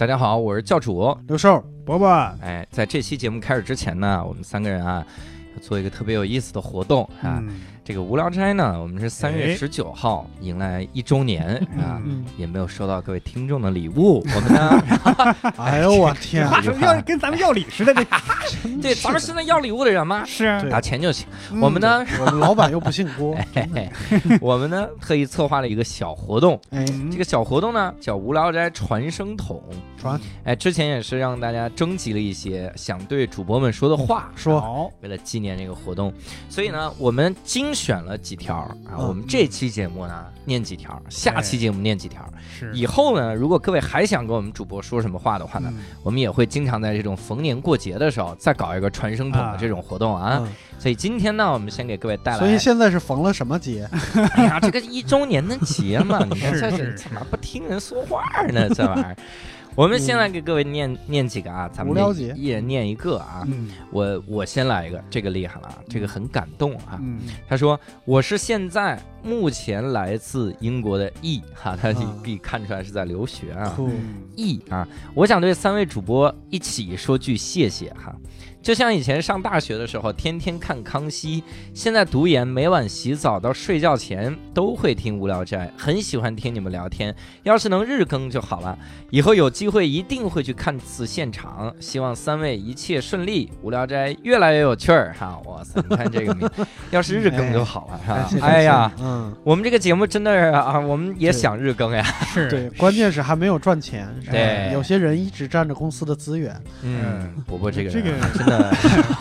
大家好，我是教主。刘寿、伯伯，哎，在这期节目开始之前呢，我们三个人啊，要做一个特别有意思的活动啊。嗯，这个无聊斋呢，我们是三月哎十九号迎来一周年啊，嗯也没有收到各位听众的礼物。我们 呢，哎呦我天，话说 要跟咱们要礼似的，这对咱们现在要礼物的人嘛， 是对打钱 就行。嗯啊我们呢，哎我们老板又不姓 郭，嘿嘿，我们呢特意策划了一个小活嗯动，哎，这个小活动呢叫“无聊斋传声筒嗯传”。哎，之前也是让大家征集了一些想对主播们说的话，说好，为了纪念这个活动，所以呢，我们精选了几条啊。嗯哎我们这期节目呢念几条，下期节目念几条。是以后呢，如果各位还想跟我们主播说什么话的话呢，嗯我们也会经常在这种逢年过节的时候再搞一个传声筒的这种活动啊。嗯所以今天呢，我们先给各位带来，所以现在是逢了什么节？哎呀，这个一周年的节嘛，你看是这是怎么不听人说话呢？这玩意儿。我们先来给各位念念几个啊，咱们嗯无聊一节一人念一个啊。嗯我我先来一个，这个厉害了，啊，这个很感动啊。嗯，他说：“我是现在目前来自英国的 E 哈，他啊可以看出来是在留学啊。酷， E 啊，我想对三位主播一起说句谢谢哈。就像以前上大学的时候，天天看《康熙》，现在读研，每晚洗澡到睡觉前都会听《无聊斋》，很喜欢听你们聊天。要是能日更就好了，以后有机会一定会去看次现场。希望三位一切顺利，《无聊斋》越来越有趣儿哈！哇塞，你看这个名，要是日更就好了感哈谢！哎呀，，感谢嗯，我们这个节目真的是啊，我们也对想日更呀，是，对，关键是还没有赚钱，是吧对有些人一直占着公司的资源，嗯，伯伯这个这人啊个真的。”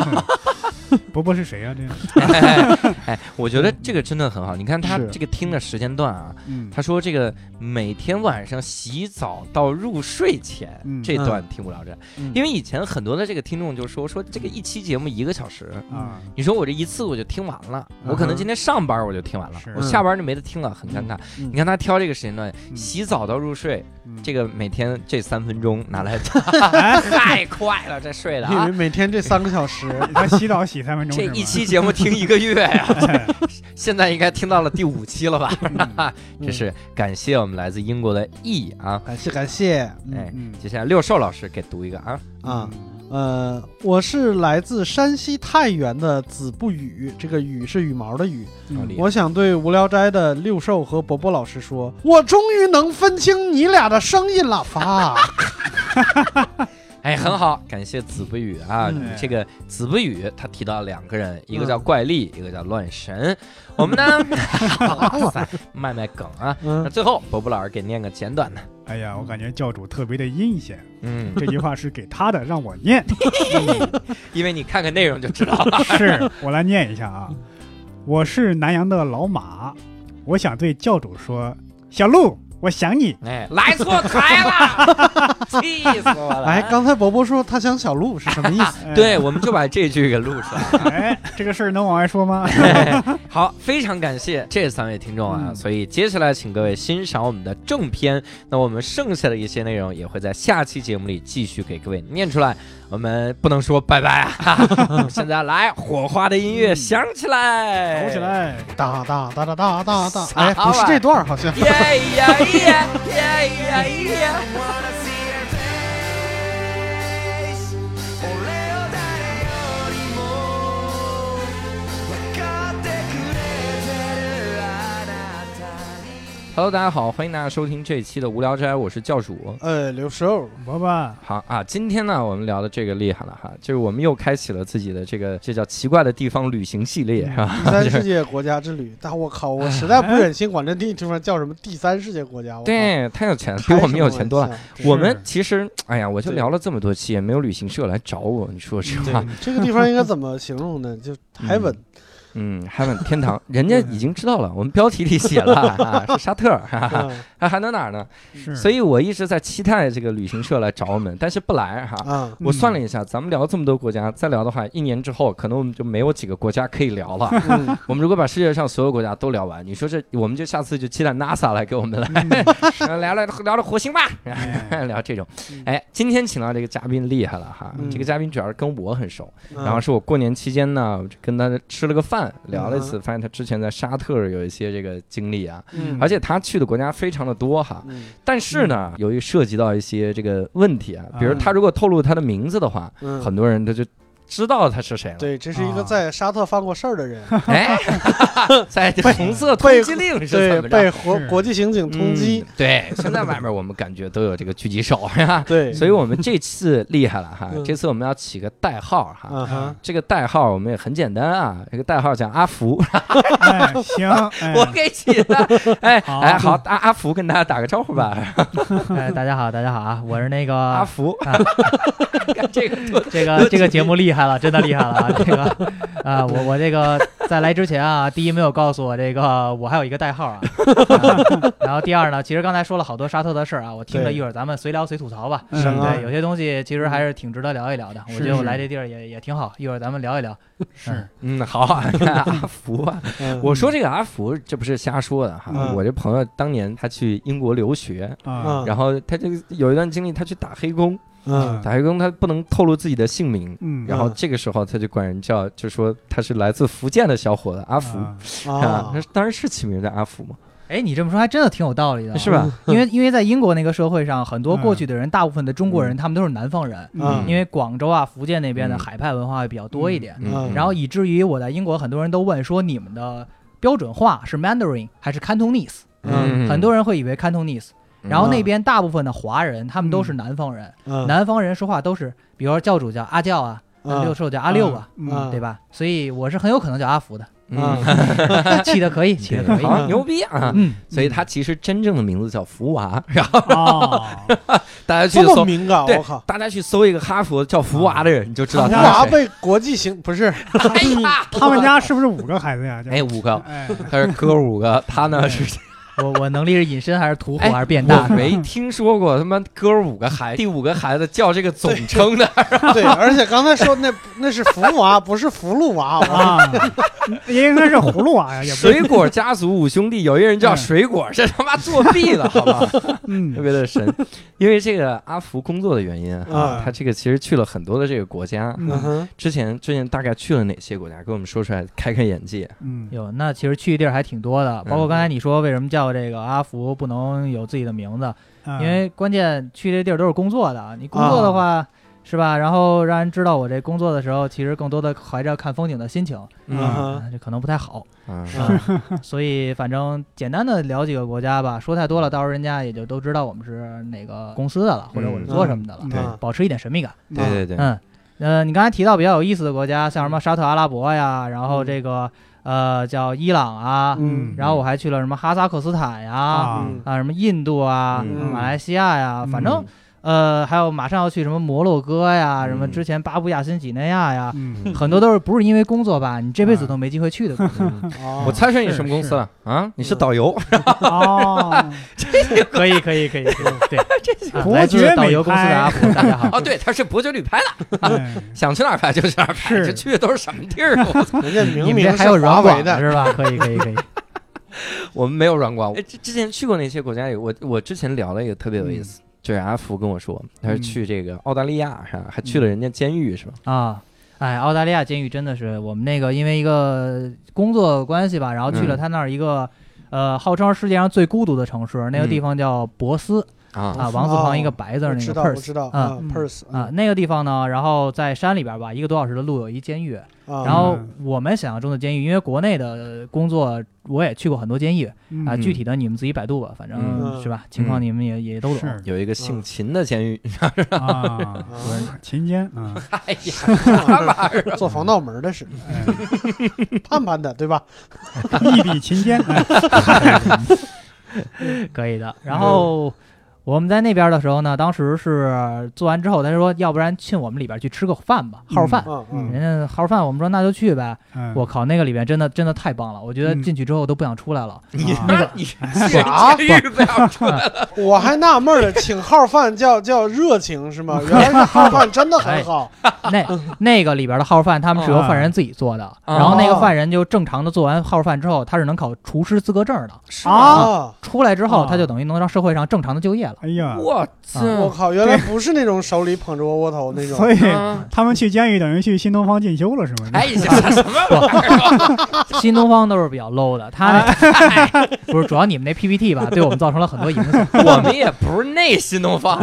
伯伯是谁啊呀？这个哎，哎我觉得这个真的很好。你看他是这个听的时间段啊，嗯，他说这个每天晚上洗澡到入睡前、嗯这段听不了这，嗯因为以前很多的这个听众就说说这个一期节目一个小时。啊，你说我这一次我就听完了，嗯我可能今天上班我就听完了，是我下班就没得听了，很尴尬。嗯你看他挑这个时间段，嗯洗澡到入睡，嗯这个每天这三分钟拿 来，太快了，这睡的因为啊，每天这三个小时， 他洗澡洗三分钟这是吗，一期节目听一个月 呀、哎现在应该听到了第五期了吧？嗯这是感谢我们来自英国的 E 啊，感谢感谢，嗯哎嗯，接下来六兽老师给读一个啊，啊，呃，我是来自山西太原的子不语，这个羽是羽毛的羽。好嗯厉害我想对无聊斋的六兽和伯伯老师说， 我终于能分清你俩的声音了， 发。哎，很好，感谢子不语啊，嗯这个子不语他提到两个人，一个嗯叫怪力，一个叫乱神，我们 呢， 哇塞，卖卖梗啊。那嗯，最后，伯伯老师给念个简短的，哎呀，我感觉教主特别的阴险，嗯，这句话是给他的，让我念， 因为你看看内容就知道 了。是我来念一下啊，我是南阳的老马，我想对教主说，小鹿，我想你，哎，来错台了，气死我了！哎，刚才伯伯说他想小鹿是什么意 思？哎，对，我们就把这句给录出来。哎，这个事儿能往外说吗？好，非常感谢这三位听众啊！嗯所以接下来请各位欣赏我们的正片，那我们剩下的一些内容也会在下期节目里继续给各位念出来。我们不能说拜拜啊！我们现在来火花的音乐响起来，走起！ 来，哒哒哒哒哒哒哒，啥玩哎，意儿不是这段儿 好像。耶耶耶耶耶耶！Hello，大家好，欢迎大家收听这一期的无聊斋，我是教主。呃，刘寿，伯伯，好啊，今天呢，我们聊的这个厉害了哈，就是我们又开启了自己的这个这叫奇怪的地方旅行系列，是吧？第三世界国家 之旅，但我靠，我实在不忍心管这地地方叫什么第三世界国家。我靠，对，太有钱了，比哦开我什们么有钱多了。玩笑。我们其实，哎呀，我就聊了这么多期，也没有旅行社来找我，你说实话，对，这个地方应该怎么形容呢？就海稳，嗯，还问天堂，人家已经知道 了，我们标题里写了啊，是沙特，哈哈，嗯还还能哪儿呢？嗯是，所以我一直在期待这个旅行社来找我们，但是不来哈。啊， 我算了一下，咱们聊这么多国家，再聊的话，一年之后可能我们就没有几个国家可以聊了。嗯，我们如果把世界上所有国家都聊完，你说这我们就下次就期待 NASA 来给我们来、 呃聊聊聊聊火星吧，哎聊这种嗯。哎，今天请到这个嘉宾厉害了哈，嗯这个嘉宾主要是跟我很熟，嗯然后是我过年期间呢就跟他吃了个饭饭聊了一次，发现他之前在沙特尔有一些这个经历啊，嗯而且他去的国家非常的多哈。嗯但是呢，由于涉及到一些这个问题啊，比如啊他如果透露他的名字的话，嗯，很多人他就知道他是谁了。对，这是一个啊在沙特犯过事儿的人， 哎，在被红色通被缉令是对怎，么被着？国是国际刑警通缉 嗯，对，现在外面我们感觉都有这个狙击手 呀，对，所以我们这次厉害了哈嗯，这次我们要起个代号哈。啊哈，这个代号我们也很简单啊，这个代号叫阿福，哎，行，哎嗯我给起 的。哎好哎，好，阿阿福跟大家打个招呼 嗯吧，哎，大家好，大家好啊！我是那阿个福啊。 这个 多这个这个节目厉害了，真的厉害了啊！这个啊，我我这个在来之前啊，第一没有告诉我这个我还有一个代号啊，啊然后第二呢，其实刚才说了好多沙特的事儿啊，我听着对一会儿咱们随聊随吐槽吧。嗯什么对，有些东西其实还是挺值得聊一聊的。我是觉得我是来这地儿也也挺好，一会儿咱们聊一聊。是嗯，好 啊，看阿福啊，嗯我说这个阿福，这不是瞎说的哈。嗯我这朋友当年他去英国留学，啊，然后他就有一段经历，他去打黑工，嗯打黑工他不能透露自己的姓名，嗯，然后这个时候他就管人叫，就说他是来自福建的小伙子阿阿福。啊啊，那，当然是起名叫阿福嘛，哎，你这么说还真的挺有道理的，嗯是？吧？因为因为在英国那个社会上，很多过嗯去的人，大部分的中国人，他们都是南方人，嗯因为广州啊、福建那边的嗯海派文化会比较多一点。嗯然后以至于我在英国，很多人都问说你们的标准化是 Mandarin 还是 Cantonese？、嗯很多人会以为 Cantonese。然嗯后那边大部分的华人，他们都是嗯南方人，嗯南方人说话都是，比如说教主叫阿教啊，啊六兽叫阿六啊，嗯啊对吧？所以我是很有可能叫阿福的，嗯，啊起的可以，起的可以。好牛逼啊！嗯，所以他其实真正的名字叫福娃，然后哦，大家去这么搜，敏感，对啊我靠，，大家去搜一个哈佛叫福娃的人，你就知道啊福他娃是谁。被国际刑不是 哎呀，他们家是不是五个孩子呀？这哎，五个，哎，他是哥五个，他呢是 我我能力是隐身还是屠哎户还是变我大？没听说过他妈哥儿五个孩，第五个孩子叫这个总称的，对，而且刚才说那那是福娃，不是福禄娃，我啊，也应该是葫芦哎娃呀，也不水果家族五兄弟，有一人叫水果，这他妈作弊了，好吧？特嗯别的 神，因为这个阿福工作的原因啊啊，他这个其实去了很多的这个国家。 嗯嗯哼，之前之前大概去了哪些国家？给我们说出来，开开眼界。嗯有，那其实去地儿还挺多的，包括刚才你说为什么叫这个阿福不能有自己的名字，啊因为关键去这地儿都是工作的，你工作的话、是吧？然后让人知道我这工作的时候，其实更多的怀着看风景的心情，嗯嗯哼，这可能不太好。啊，啊 所以反正简单的聊几个国家吧，说太多了，到时候人家也就都知道我们是哪个公司的了，或者我是做什么的了，嗯对保持一点神秘感。对对对，嗯，呃，你刚才提到比较有意思的国家，像什么沙特阿拉伯呀，然后这个呃叫伊朗啊，嗯然后我还去了什么哈萨克斯坦呀，啊啊嗯什么印度啊，嗯马来西亚呀，反正嗯呃，还有马上要去什么摩洛哥呀，嗯什么之前巴布亚新几内亚呀， 嗯很多都是不是因为工作吧，你这辈子都没机会去 的国家。嗯哦我猜出你什么公司了啊？你是导游， 哦，可以，可以，可以，可以 对，啊伯来自爵导美游公司拍的阿普，大家好。哦，对，他是伯爵旅拍的，哎想去哪儿拍就去哪儿拍，是这去的嗯都是什么地儿啊？ 我操人家你明们这明还有是华为软广的，是吧？可以，可以，可以。我们没有软广。哎，之之前去过那些国家里，我我之前聊了一个特别有意思，就是阿福跟我说，他是去这个澳大利亚是吧？还去了人家监狱是吧？啊，哎，澳大利亚监狱真的是我们那个因为一个工作关系吧，然后去了嗯他那儿一个。呃，号称世界上最孤独的城市，那个地嗯方叫博斯、啊，啊，王字旁一个白字儿哦我那知个道，我 purse 知道啊嗯，purse 啊，那个地方呢，然后在山里边儿吧，一个多小时的路有一监狱，啊，然后 我们想象中的监狱，因为国内的工作我也去过很多监狱嗯啊，嗯具体的你们自己百度吧，反嗯正是吧，情况你们也也都懂。是有一个姓秦的监狱， 啊，秦间啊，哎呀，啥玩意儿啊？做防盗门的是 哎盼盼的，对吧？一笔秦间，哎 可以的。然后我们在那边的时候呢，当时是做完之后，他说要不然进我们里边去吃个饭吧，嗯号饭。嗯嗯人家号饭，我们说那就去呗。嗯我靠，那个里边真的真的太棒了，我觉得嗯进去之后都不想出来了。你啊那你去啥监狱不 要出来我还纳闷儿了，请号饭叫叫热情是 吗？原来这号饭真的很好，哎那那个里边的号饭，他们是由犯人自己做的，哦然后那个犯人就正常的做完号饭之后，他是能考厨师资格证的。是吧啊啊出来之后，哦他就等于能让社会上正常的就业了。哦哎呀，我我 操！靠，原来不是那种手里捧着窝窝头那种，所以啊他们去监狱等于去新东方进修了，是吗？哎呀，什么玩意儿？新东方都是比较 low 的，他 那 不是主要你们那 PPT 吧，对我们造成了很多影响。我们也不是那新东方，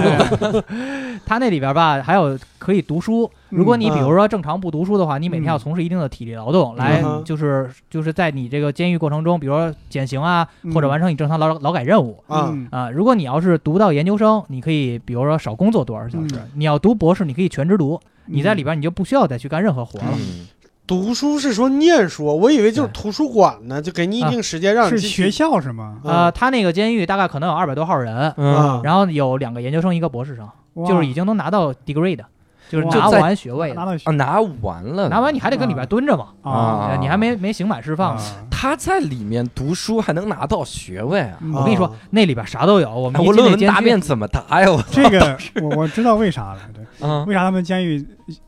他那里边吧，还有可以读书。如果你比如说正常不读书的话，你每天要从事一定的体力劳动，来嗯哼就是就是在你这个监狱过程中，比如说减刑啊，嗯或者完成你正常劳劳改任务。啊，嗯啊、如果你要是读到研究生，你可以比如说少工作多少小时；嗯你要读博士，你可以全职读。你在里边你就不需要再去干任何活了。嗯读书是说念书，我以为就是图书馆呢，就给你一定时间让哎啊是你进学啊去校是吗？嗯呃，他那个监狱大概可能有二百多号人，啊嗯，然后有两个研究生，一个博士生，就是已经能拿到 degree 的，就是哇拿就在完学位拿的。到啊，拿完了，拿完你还得跟里边蹲着嘛，啊呃你还没没刑满释放呢。啊他在里面读书还能拿到学位啊！嗯我跟你说，那里边啥都有。我哎们一我进论那文监答狱辩，怎么答呀？我这个我我知道为啥了，对，嗯为啥他们监狱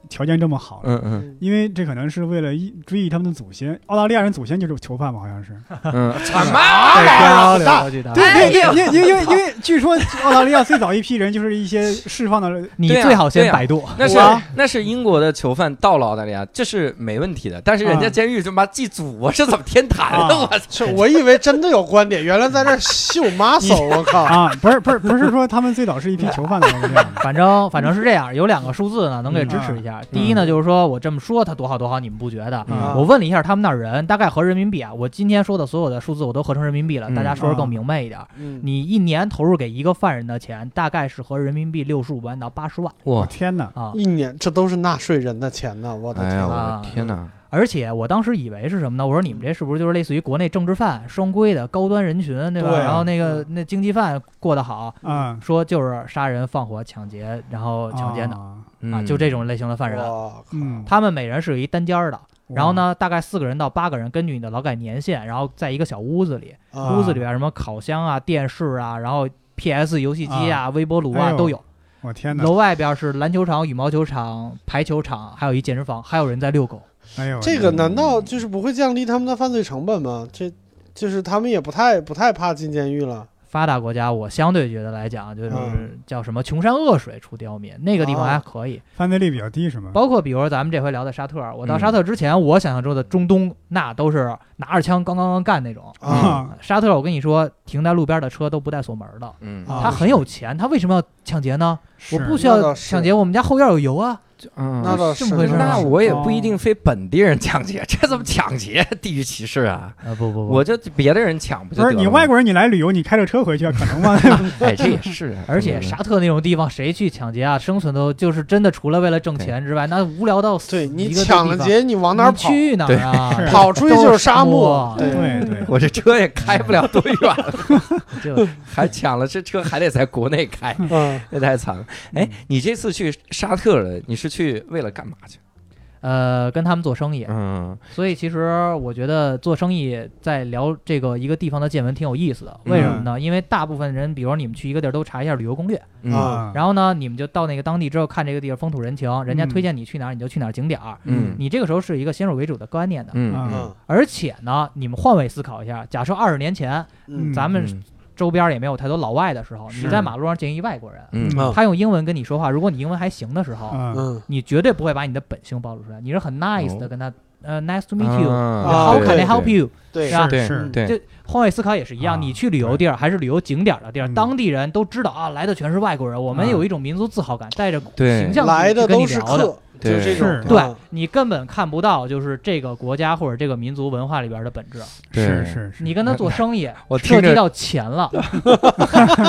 条件这么好？嗯嗯因为这可能是为了一追忆他们的祖先，澳大利亚人祖先就是囚犯嘛，好像是。啊嗯， 什么？对啊交流大交流大哎对呦对，因因因为因为据说澳大利亚最早一批人就是一些释放 的，你对啊最好对啊先百度。那是我那是英国的囚犯到了澳大利亚，这是没问题的。但是人家啊监狱他妈祭祖，我是怎么天坛的？啊我操！是我以为真的有观点，原来在这儿秀 muscle，我靠！啊，不是不是不是说他们最早是一批囚犯的澳大利亚人， 反正反正是这样，有两个数字呢，能给支持一下。第一呢，就是说我这么说他多好多好，你们不觉得？嗯我问了一下他们那儿人，大概合人民币啊，我今天说的所有的数字我都合成人民币了，嗯大家说说更明白一点。嗯你一年投入给一个犯人的钱，大概是合人民币六十五万到八十万我哇！天哪！嗯啊。一年这都是纳税人的钱呐，我的哎天呀，啊！我的天哪！而且我当时以为是什么呢？我说你们这是不是就是类似于国内政治犯、双规的高端人群，对吧？啊对然后嗯那个那经济犯过得好，啊，说就是杀人、放火、抢劫，然后强奸的啊啊嗯就这种类型的犯人。我靠嗯，他们每人是有一单间儿的，然后呢，大概四个人到八个人，根据你的劳改年限，然后在一个小屋子里，啊屋子里边什么烤箱啊、电视啊，然后 PS 游戏机啊、微波炉哎啊呦都有。哇？我天哪！楼外边是篮球场、羽毛球场、排球场，还有一健身房，还有人在遛狗。哎呦，这个难道就是不会降低他们的犯罪成本吗？这就是他们也不太不太怕进监狱了。发达国家，我相对觉得来讲，就是嗯叫什么“穷山恶水出刁民”，那个地方还哦可以。犯罪率比较低是吗？包括比如说咱们这回聊的沙特，我到嗯沙特之前，我想象中的中东那都是拿着枪刚刚刚干那种。啊，沙特，我跟你说，停在路边的车都不带锁门的。嗯啊他很有钱，他为什么要抢劫呢？是我不需那要倒是抢劫，我们家后院有油啊，嗯那倒是这么回事儿那啊我也不一定非本地人抢劫，这怎么抢劫？地域歧视啊！啊不不不，我就别的人抢不就不是得了你吗外国人，你来旅游，你开着车回去啊，可能吗？ 哎，这也是啊，而且对沙特那种地方，谁去抢劫啊？生存都就是真的，除了为了挣钱之外，那无聊到死。对你一个地抢了方劫，你往哪儿你跑？去哪儿啊？对是跑出去就是沙漠。漠对对对，我这车也开不了多远了， 就还抢了，这车还得在国内开，嗯，这太惨了。哎，你这次去沙特了，你是去为了干嘛去？呃，跟他们做生意，嗯所以其实我觉得做生意在聊这个一个地方的见闻挺有意思的。为什么呢？因为大部分人，比如你们去一个地儿都查一下旅游攻略，嗯啊然后呢，你们就到那个当地之后看这个地儿风土人情，人家嗯推荐你去哪儿，你就去哪儿景点儿。嗯你这个时候是一个先入为主的观念的，嗯啊嗯而且呢，你们换位思考一下，假设二十年前嗯咱们嗯周边也没有太多老外的时候，是你在马路上见一外国人，嗯嗯他用英文跟你说话，如果你英文还行的时候，啊嗯你绝对不会把你的本性暴露出来，你是很 nice 的跟他，呃，nice to meet you，how 啊 How can I 对 help you？对是啊吧对是对就换位思考也是一啊样，你去旅游地儿还是旅游景点的地儿，嗯当地人都知道啊，来的全是外国人，我们啊有一种民族自豪感，带着对形象来去的跟你都是聊的。客，就这是种。对嗯你根本看不到，就是这个国家或者这个民族文化里边的本质。对是是是，你跟他做生意， 我涉听及着到钱了。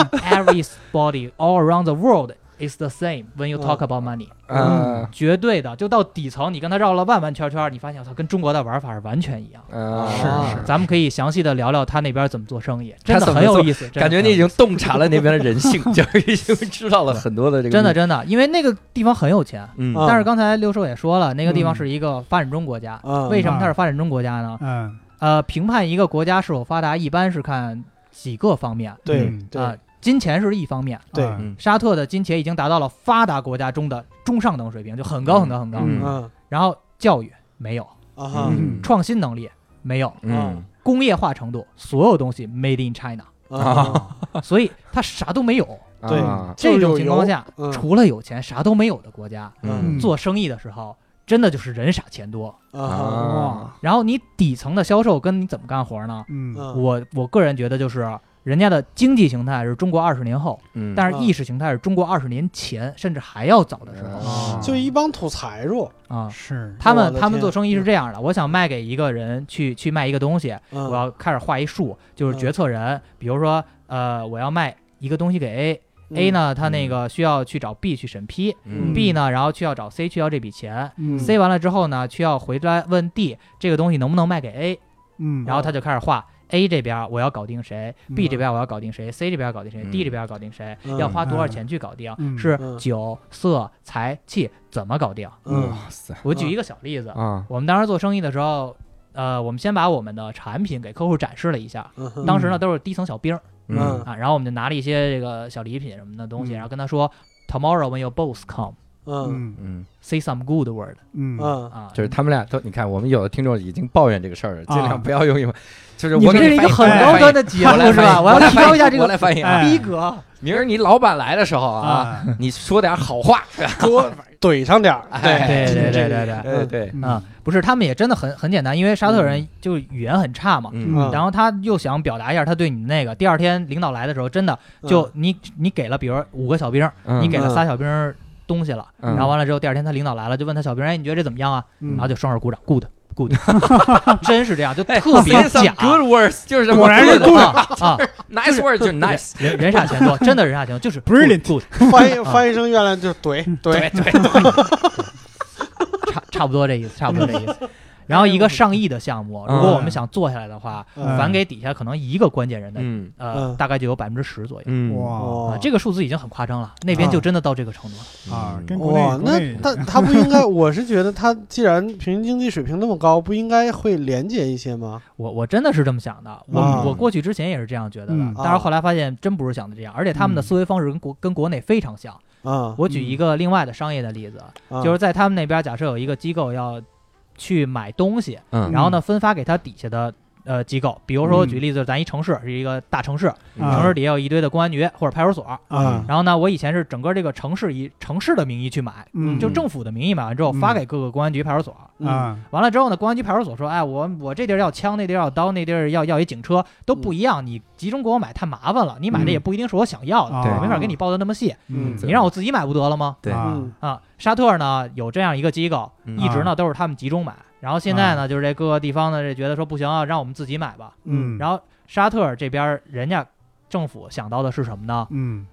Everybody all around the world is the same when you talk about money，、啊绝对的。就到底层，你跟他绕了弯弯圈圈，你发现我操，跟中国的玩法是完全一样。啊，是咱们可以详细的聊聊他那边怎么做生意，他真的怎么很有做意思。真的感觉很你有已经洞察了那边的人性，就是已经知道了很多的这个真的真的，因为那个地方很有钱。嗯啊但是刚才六兽也说了，那个地方嗯是一个发展中国家。嗯为什么它是发展中国家呢？嗯呃，评判一个国家是否发达，一般是看几个方面啊、对嗯对金钱是一方面。对啊嗯沙特的金钱已经达到了发达国家中的中上等水平，就很高很高很高。嗯嗯然后教育没有，啊哈嗯创新能力没有，嗯 工业化程度，所有东西 made in China，啊哈所以它啥都没有。对啊就这是种有情况油下，嗯除了有钱啥都没有的国家，嗯嗯做生意的时候真的就是人傻钱多。嗯啊啊，然后你底层的销售跟你怎么干活呢？嗯，嗯我我个人觉得就是。人家的经济形态是中国二十年后，嗯，但是嗯意识形态是中国二十年前甚至还要早的时候啊就一帮土财主，啊。是他嗯我们的他们天做生意是这样的，我想卖给一个人去去卖一个东西，嗯我要开始画一树，就是决策人，比如说呃，我要卖一个东西给 A，A 嗯呢，他那个需要去找 B 去审批嗯，B 呢，然后去要找 C 去要这笔钱。嗯 C 完了之后呢，去要回来问 D 这个东西能不能卖给 A，嗯，然后他就开始画 A 这边我要搞定谁嗯，B 这边我要搞定谁，C 这边要搞定谁嗯，D 这边要搞定谁，嗯要花多少钱去搞定，嗯是嗯酒色财气怎么搞定？嗯哇塞我举一个小例子，啊，我们当时做生意的时候，呃，我们先把我们的产品给客户展示了一下，嗯哼当时呢都是低层小兵儿嗯啊，然后我们就拿了一些这个小礼品什么的东西，嗯然后跟他说，Tomorrow when your boss come, 嗯嗯嗯， say some good word 嗯嗯啊，就是他们俩都，你看我们有的听众已经抱怨这个事儿了，尽量不要用英文，就是你我们给这是一翻译个很我来翻高译端的节我来目是翻译吧？我要提高一下这我个来翻 译啊，哎逼格。明儿你老板来的时候啊，啊，你说点好话，多怼上点 儿，哎对对对这对个对对对，嗯啊，不是，他们也真的很很简单，因为沙特人就语言很差嘛。嗯嗯然后他又想表达一下他对你那个，第二天领导来的时候，真的就你你给了，比如五个小兵，嗯你给了嗯仨小兵儿东西了，嗯然后完了之后，第二天他领导来了，就问他小兵儿，哎，你觉得这怎么样啊？嗯然后就双手鼓掌，good good，真是这样，就特特哎别别假 good words 就是什么果然是 good 啊啊， nice word 就是 nice，人人傻钱多，真的人傻钱多，就是 嗯 Brilliant good，翻译翻译成原来就是怼怼，对， good，差差不多这意思，差不多这意思。然后一个上亿的项目，如果我们想做下来的话，嗯返给底下可能一个关键人的嗯呃，嗯哦大概就有百分之十左右。嗯哇啊哇，这个数字已经很夸张了，那边就真的到这个程度了。嗯啊，跟国内哇，国内哦那他他不应该？我是觉得他既然平均经济水平那么高，不应该会廉洁一些吗？我我真的是这么想的，我、啊我过去之前也是这样觉得的嗯，但是后来发现真不是想的这样，而且他们嗯的思维方式跟国跟国内非常像。啊，我举一个另外的商业的例子，啊就是在他们那边，假设有一个机构要去买东西，嗯然后呢分发给他底下的呃机构，比如说我嗯举例子，咱一城市是一个大城市，啊城市底下有一堆的公安局或者派出所，啊，然后呢，我以前是整个这个城市以城市的名义去买，嗯就政嗯府的名义买完之后嗯发给各个公安局派出所。嗯啊，完了之后呢，公安局派出所说：“哎，我我这地儿要枪，那地儿要刀，那地儿要要一警车，都嗯不一样。你集中给我买太麻烦了，你买的也不一定是我想要的，嗯我没法对给你报的那么细。嗯对你让我自己买不得了吗？对啊嗯啊，沙特呢有这样一个机构，嗯一直呢都是他们集中买。然后现在啊呢，就是这各个地方呢，这觉得说不行啊，让我们自己买吧。嗯，然后沙特这边儿人家政府想到的是什么呢？嗯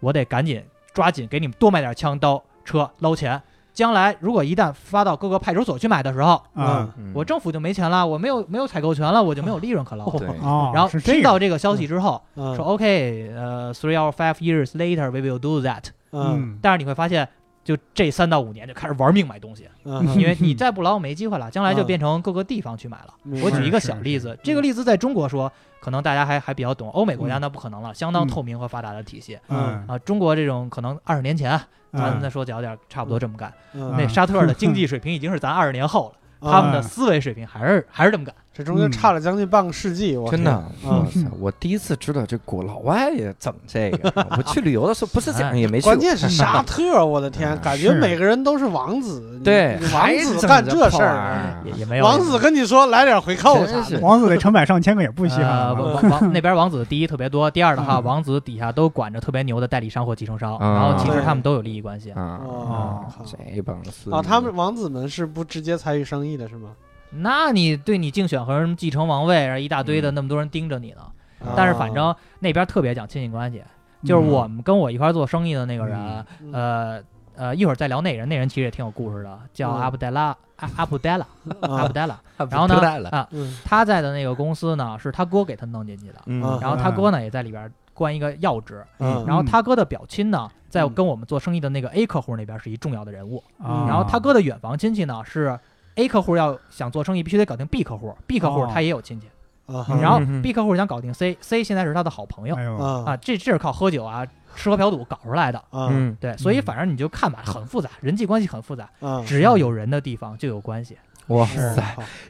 我得赶紧抓紧给你们多买点枪刀车捞钱。将来如果一旦发到各个派出所去买的时候，啊嗯我政府就没钱了，我没有没有采购权了，我就没有利润可捞。 对哦，然后是这听个到这个消息之后，嗯说 OK，呃，three or five years later we will do that。嗯嗯但是你会发现，就这三到五年就开始玩命买东西，嗯因为你再不捞我没机会了，将来就嗯变成各个地方去买了。明白我举一个是小是例是子，这个例子在中国说可能大家还还比较懂，欧美国家那不可能了，相当透明和发达的体系。嗯啊，中国这种可能二十年前，啊咱们再嗯说小点儿，差不多这么干。嗯那沙特的经济水平已经是咱二十年后了，他们的嗯思维水平还是还是这么干。这中间差了将近半个世纪，我真天的，嗯哇塞！我第一次知道这国老外也整这 个。我去旅游的时候不是这样，哎也没去过关。键 是沙特，我的天，嗯感觉是每个人都是王子，你对，你还王是子整干着这泡事儿，儿也也没有王子跟你说来点回扣啥啊真是的，王子得成百上千个也不稀呃，罕王了，王王那边王子第一特别多，第二的话，嗯王子底下都管着特别牛的代理商或集成商，嗯然后其实他们都有利益关系。啊！哦靠这帮子啊，他们王子们是不直接参与生意的，是吗？那你对你竞选和人继承王位，然后一大嗯堆的那么多人盯着你呢。啊但是反正那边特别讲亲戚关系，就是嗯我们跟我一块儿做生意的那个人，嗯呃呃，一会儿再聊那人，那人其实也挺有故事的，叫嗯阿布代拉阿阿布代拉阿布啊，代拉。然然后呢了，啊，嗯他在的那个公司呢，是他哥给他弄进去的，嗯啊然后他哥呢也在里边关一个要职，嗯然后他哥的表亲呢，在跟我们做生意的那个 A 客户那边是一重要的人物，啊，然后他哥的远房亲戚呢是。A 客户要想做生意，必须得搞定 B 客户，B 客户哦他也有亲戚，啊嗯然后嗯 B 客户想搞定 C，C 现在是他的好朋友哎呦，啊啊，这这是靠喝酒啊、吃喝嫖赌搞出来的，啊嗯对，所以嗯反正你就看吧，很复杂，人际关系很复杂，啊只要有人的地方就有关系，哇是塞，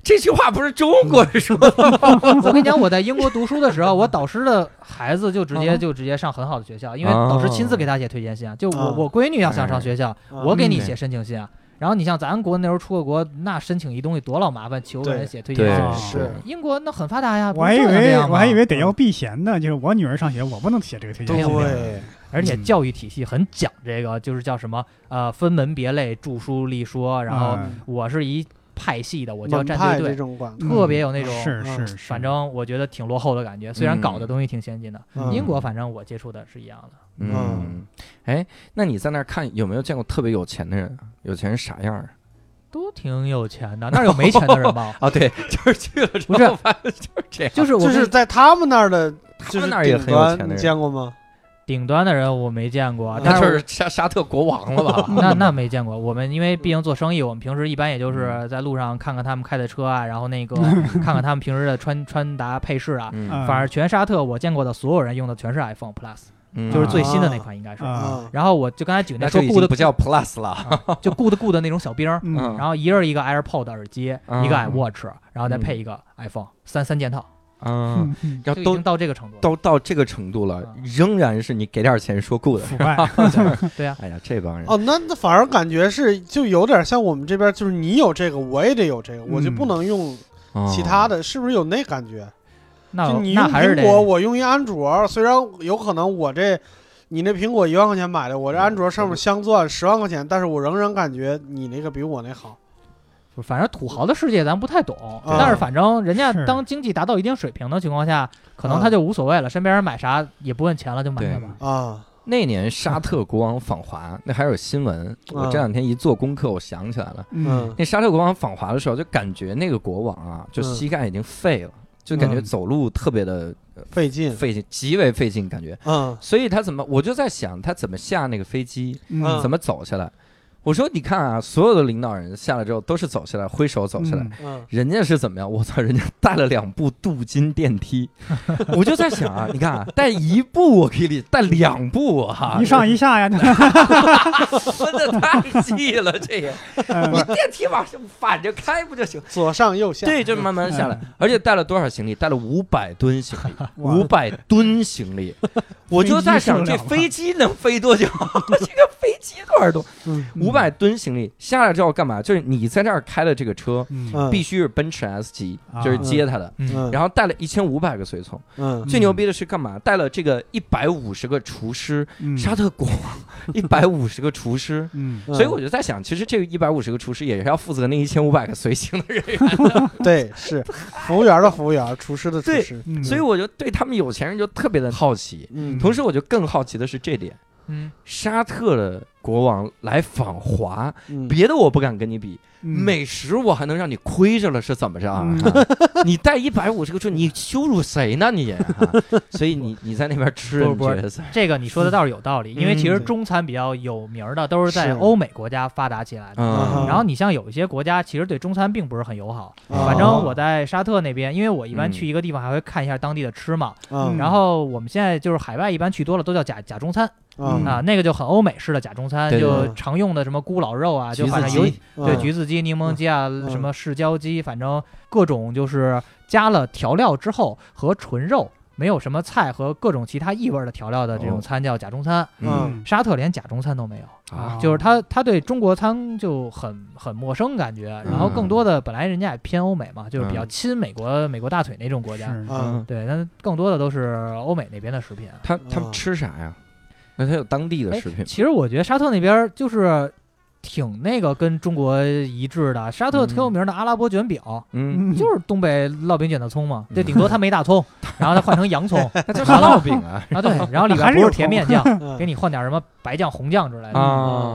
这句话不是中国人说的我跟你讲，我在英国读书的时候，我导师的孩子就直啊接就直接上很好的学校，因为导师亲自给他写推荐信啊。就啊我我闺女要想上学校，啊我给你嗯写申请信啊。然后你像咱国那时候出个国，那申请一东西多老麻烦，求个人对写推荐信对。是英国那很发达呀，嗯我还以不是照样那为样吗我还以为得要避嫌呢，就是我女儿上学，我不能写这个推荐没信有没有的。对，而且嗯教育体系很讲这个，就是叫什么呃分门别类、著书立说。然后嗯我是一派系的，我就要门站派队这队，种管，特别有那种是嗯是是，反正我觉得挺落后的感觉。虽然搞嗯的东西挺先进的，嗯英国反正我接触的是一样的。嗯嗯，哎，那你在那儿看有没有见过特别有钱的人？有钱人啥样儿？都挺有钱 的，那有没钱的人哦吧 啊？对，就是去了之不是后发现就是 这样。就是我就是跟在他们那儿的，他就是们那儿也顶很有端，钱的你人，见过吗？顶端的人我没见过啊，但那是就是沙沙特国王了 吧？ 那那没见过。我们因为毕竟做生意，我们平时一般也就是嗯在路上看看他们开的车啊，然后那 个看看他们平时的穿穿搭配饰啊。嗯嗯反而全沙特我见过的所有人用的全是 iPhone Plus，嗯，就是最新的那款应该是。啊，然后我就刚才举那那说就已 Good 经不叫 Plus 了。就 Good Good 的那种小兵儿，嗯嗯，然后一人一个 AirPod 的耳机，一个嗯 iWatch，然后再配一个 iPhone，三三件套，嗯，嗯要就已都经到这个程度了。都到这个程度了啊，仍然是你给点钱说 good。腐 败，对呀，哎呀，这帮人哦，那那反而感觉是就有点像我们这边，就是你有这个，我也得有这个，我就嗯不能用其他的，的，是不是有那感觉？那就你用哦那还是苹得果，我用一安卓，虽然有可能我这。你那苹果一万块钱买的，我这安卓上面镶钻十万块钱，但是我仍然感觉你那个比我那好。就反正土豪的世界咱不太懂，对但是反正人家是当经济达到一定水平的情况下，可能啊他就无所谓了，身边人买啥也不问钱了，就买对了嘛。啊，那年沙特国王访华，那还有新闻。我这两天一做功课，我想起来了，嗯，那沙特国王访华的时候，就感觉那个国王啊，就膝盖已经废了，就感觉嗯走路特别的费劲。费劲，极为费劲，感觉。嗯，所以他怎么，我就在想他怎么下那个飞机，嗯怎么走下来。我说，你看啊，所有的领导人下来之后都是走下来，挥手走下来。嗯嗯，人家是怎么样？我操，人家带了两部镀金电梯， 我就在想啊，你看啊，带一步我可以理解，带两步啊，嗯一上一下 呀，真的太细了，这 也嗯你电梯往上反着开不就行？左上右下。对，就慢慢下来，而且带了多少行李？带了五百吨行李，哇五百吨行 李，我就在想这飞机受不飞机了能飞多 久？这个飞机多少吨？嗯五百吨行李下来之后干嘛？就是你在这儿开的这个车，嗯嗯必须是奔驰 S 级，啊就是接它的。嗯，嗯，然后带了一千五百个随从，嗯最牛逼的是干嘛？带了这个一百五十个厨师，嗯，沙特国王一百五十个厨师，嗯，嗯所以我就在想，其实这一百五十个厨师也是要负责那一千五百个随行的人，对是服务员的服务员，厨师的厨对师。嗯，所以我就对他们有钱人就特别的好奇。嗯，同时，我就更好奇的是这点：嗯，沙特的国王来访华，嗯别的我不敢跟你比，嗯美食我还能让你亏着了，是怎么着啊？你带一百五十个厨，你羞辱谁呢你？啊所以你你在那边吃，不你不觉得咋？这个你说的倒是有道理，因为其实嗯中餐比较有名儿的都是在是欧美国家发达起来的。嗯，然后你像有一些国家，其实对中餐并不是很友好。啊反正我在沙特那边，因为我一般嗯去一个地方还会看一下当地的吃嘛。嗯然后我们现在就是海外一般去多了都叫假假中餐，嗯啊，那个就很欧美式的假中餐，对对就对常用的什么咕老肉啊，就橘反子正有鸡对嗯橘子鸡、柠檬鸡啊，嗯什么市郊鸡，反正各种就是加了调料之后和纯肉。没有什么菜和各种其他异味的调料的这哦种餐叫假中餐，嗯嗯沙特连假中餐都没有，啊，就是他他对中国餐就很很陌生感觉，然后更多的本来人家也偏欧美嘛，就是比较嗯亲美国美国大腿那种国家，是嗯，对，但更多的都是欧美那边的食品。啊他他们吃啥呀？那他有当地的哎食品吗其实我觉得沙特那边儿就是挺那个跟中国一致的。沙特挺有名的阿拉伯卷饼，嗯，嗯就是东北烙饼卷的葱嘛，就嗯顶多它没大葱，然后它换成洋葱那就是烙饼啊啊，对，然后里还边是不有是甜面酱，嗯给你换点什么白酱、红酱之类的。嗯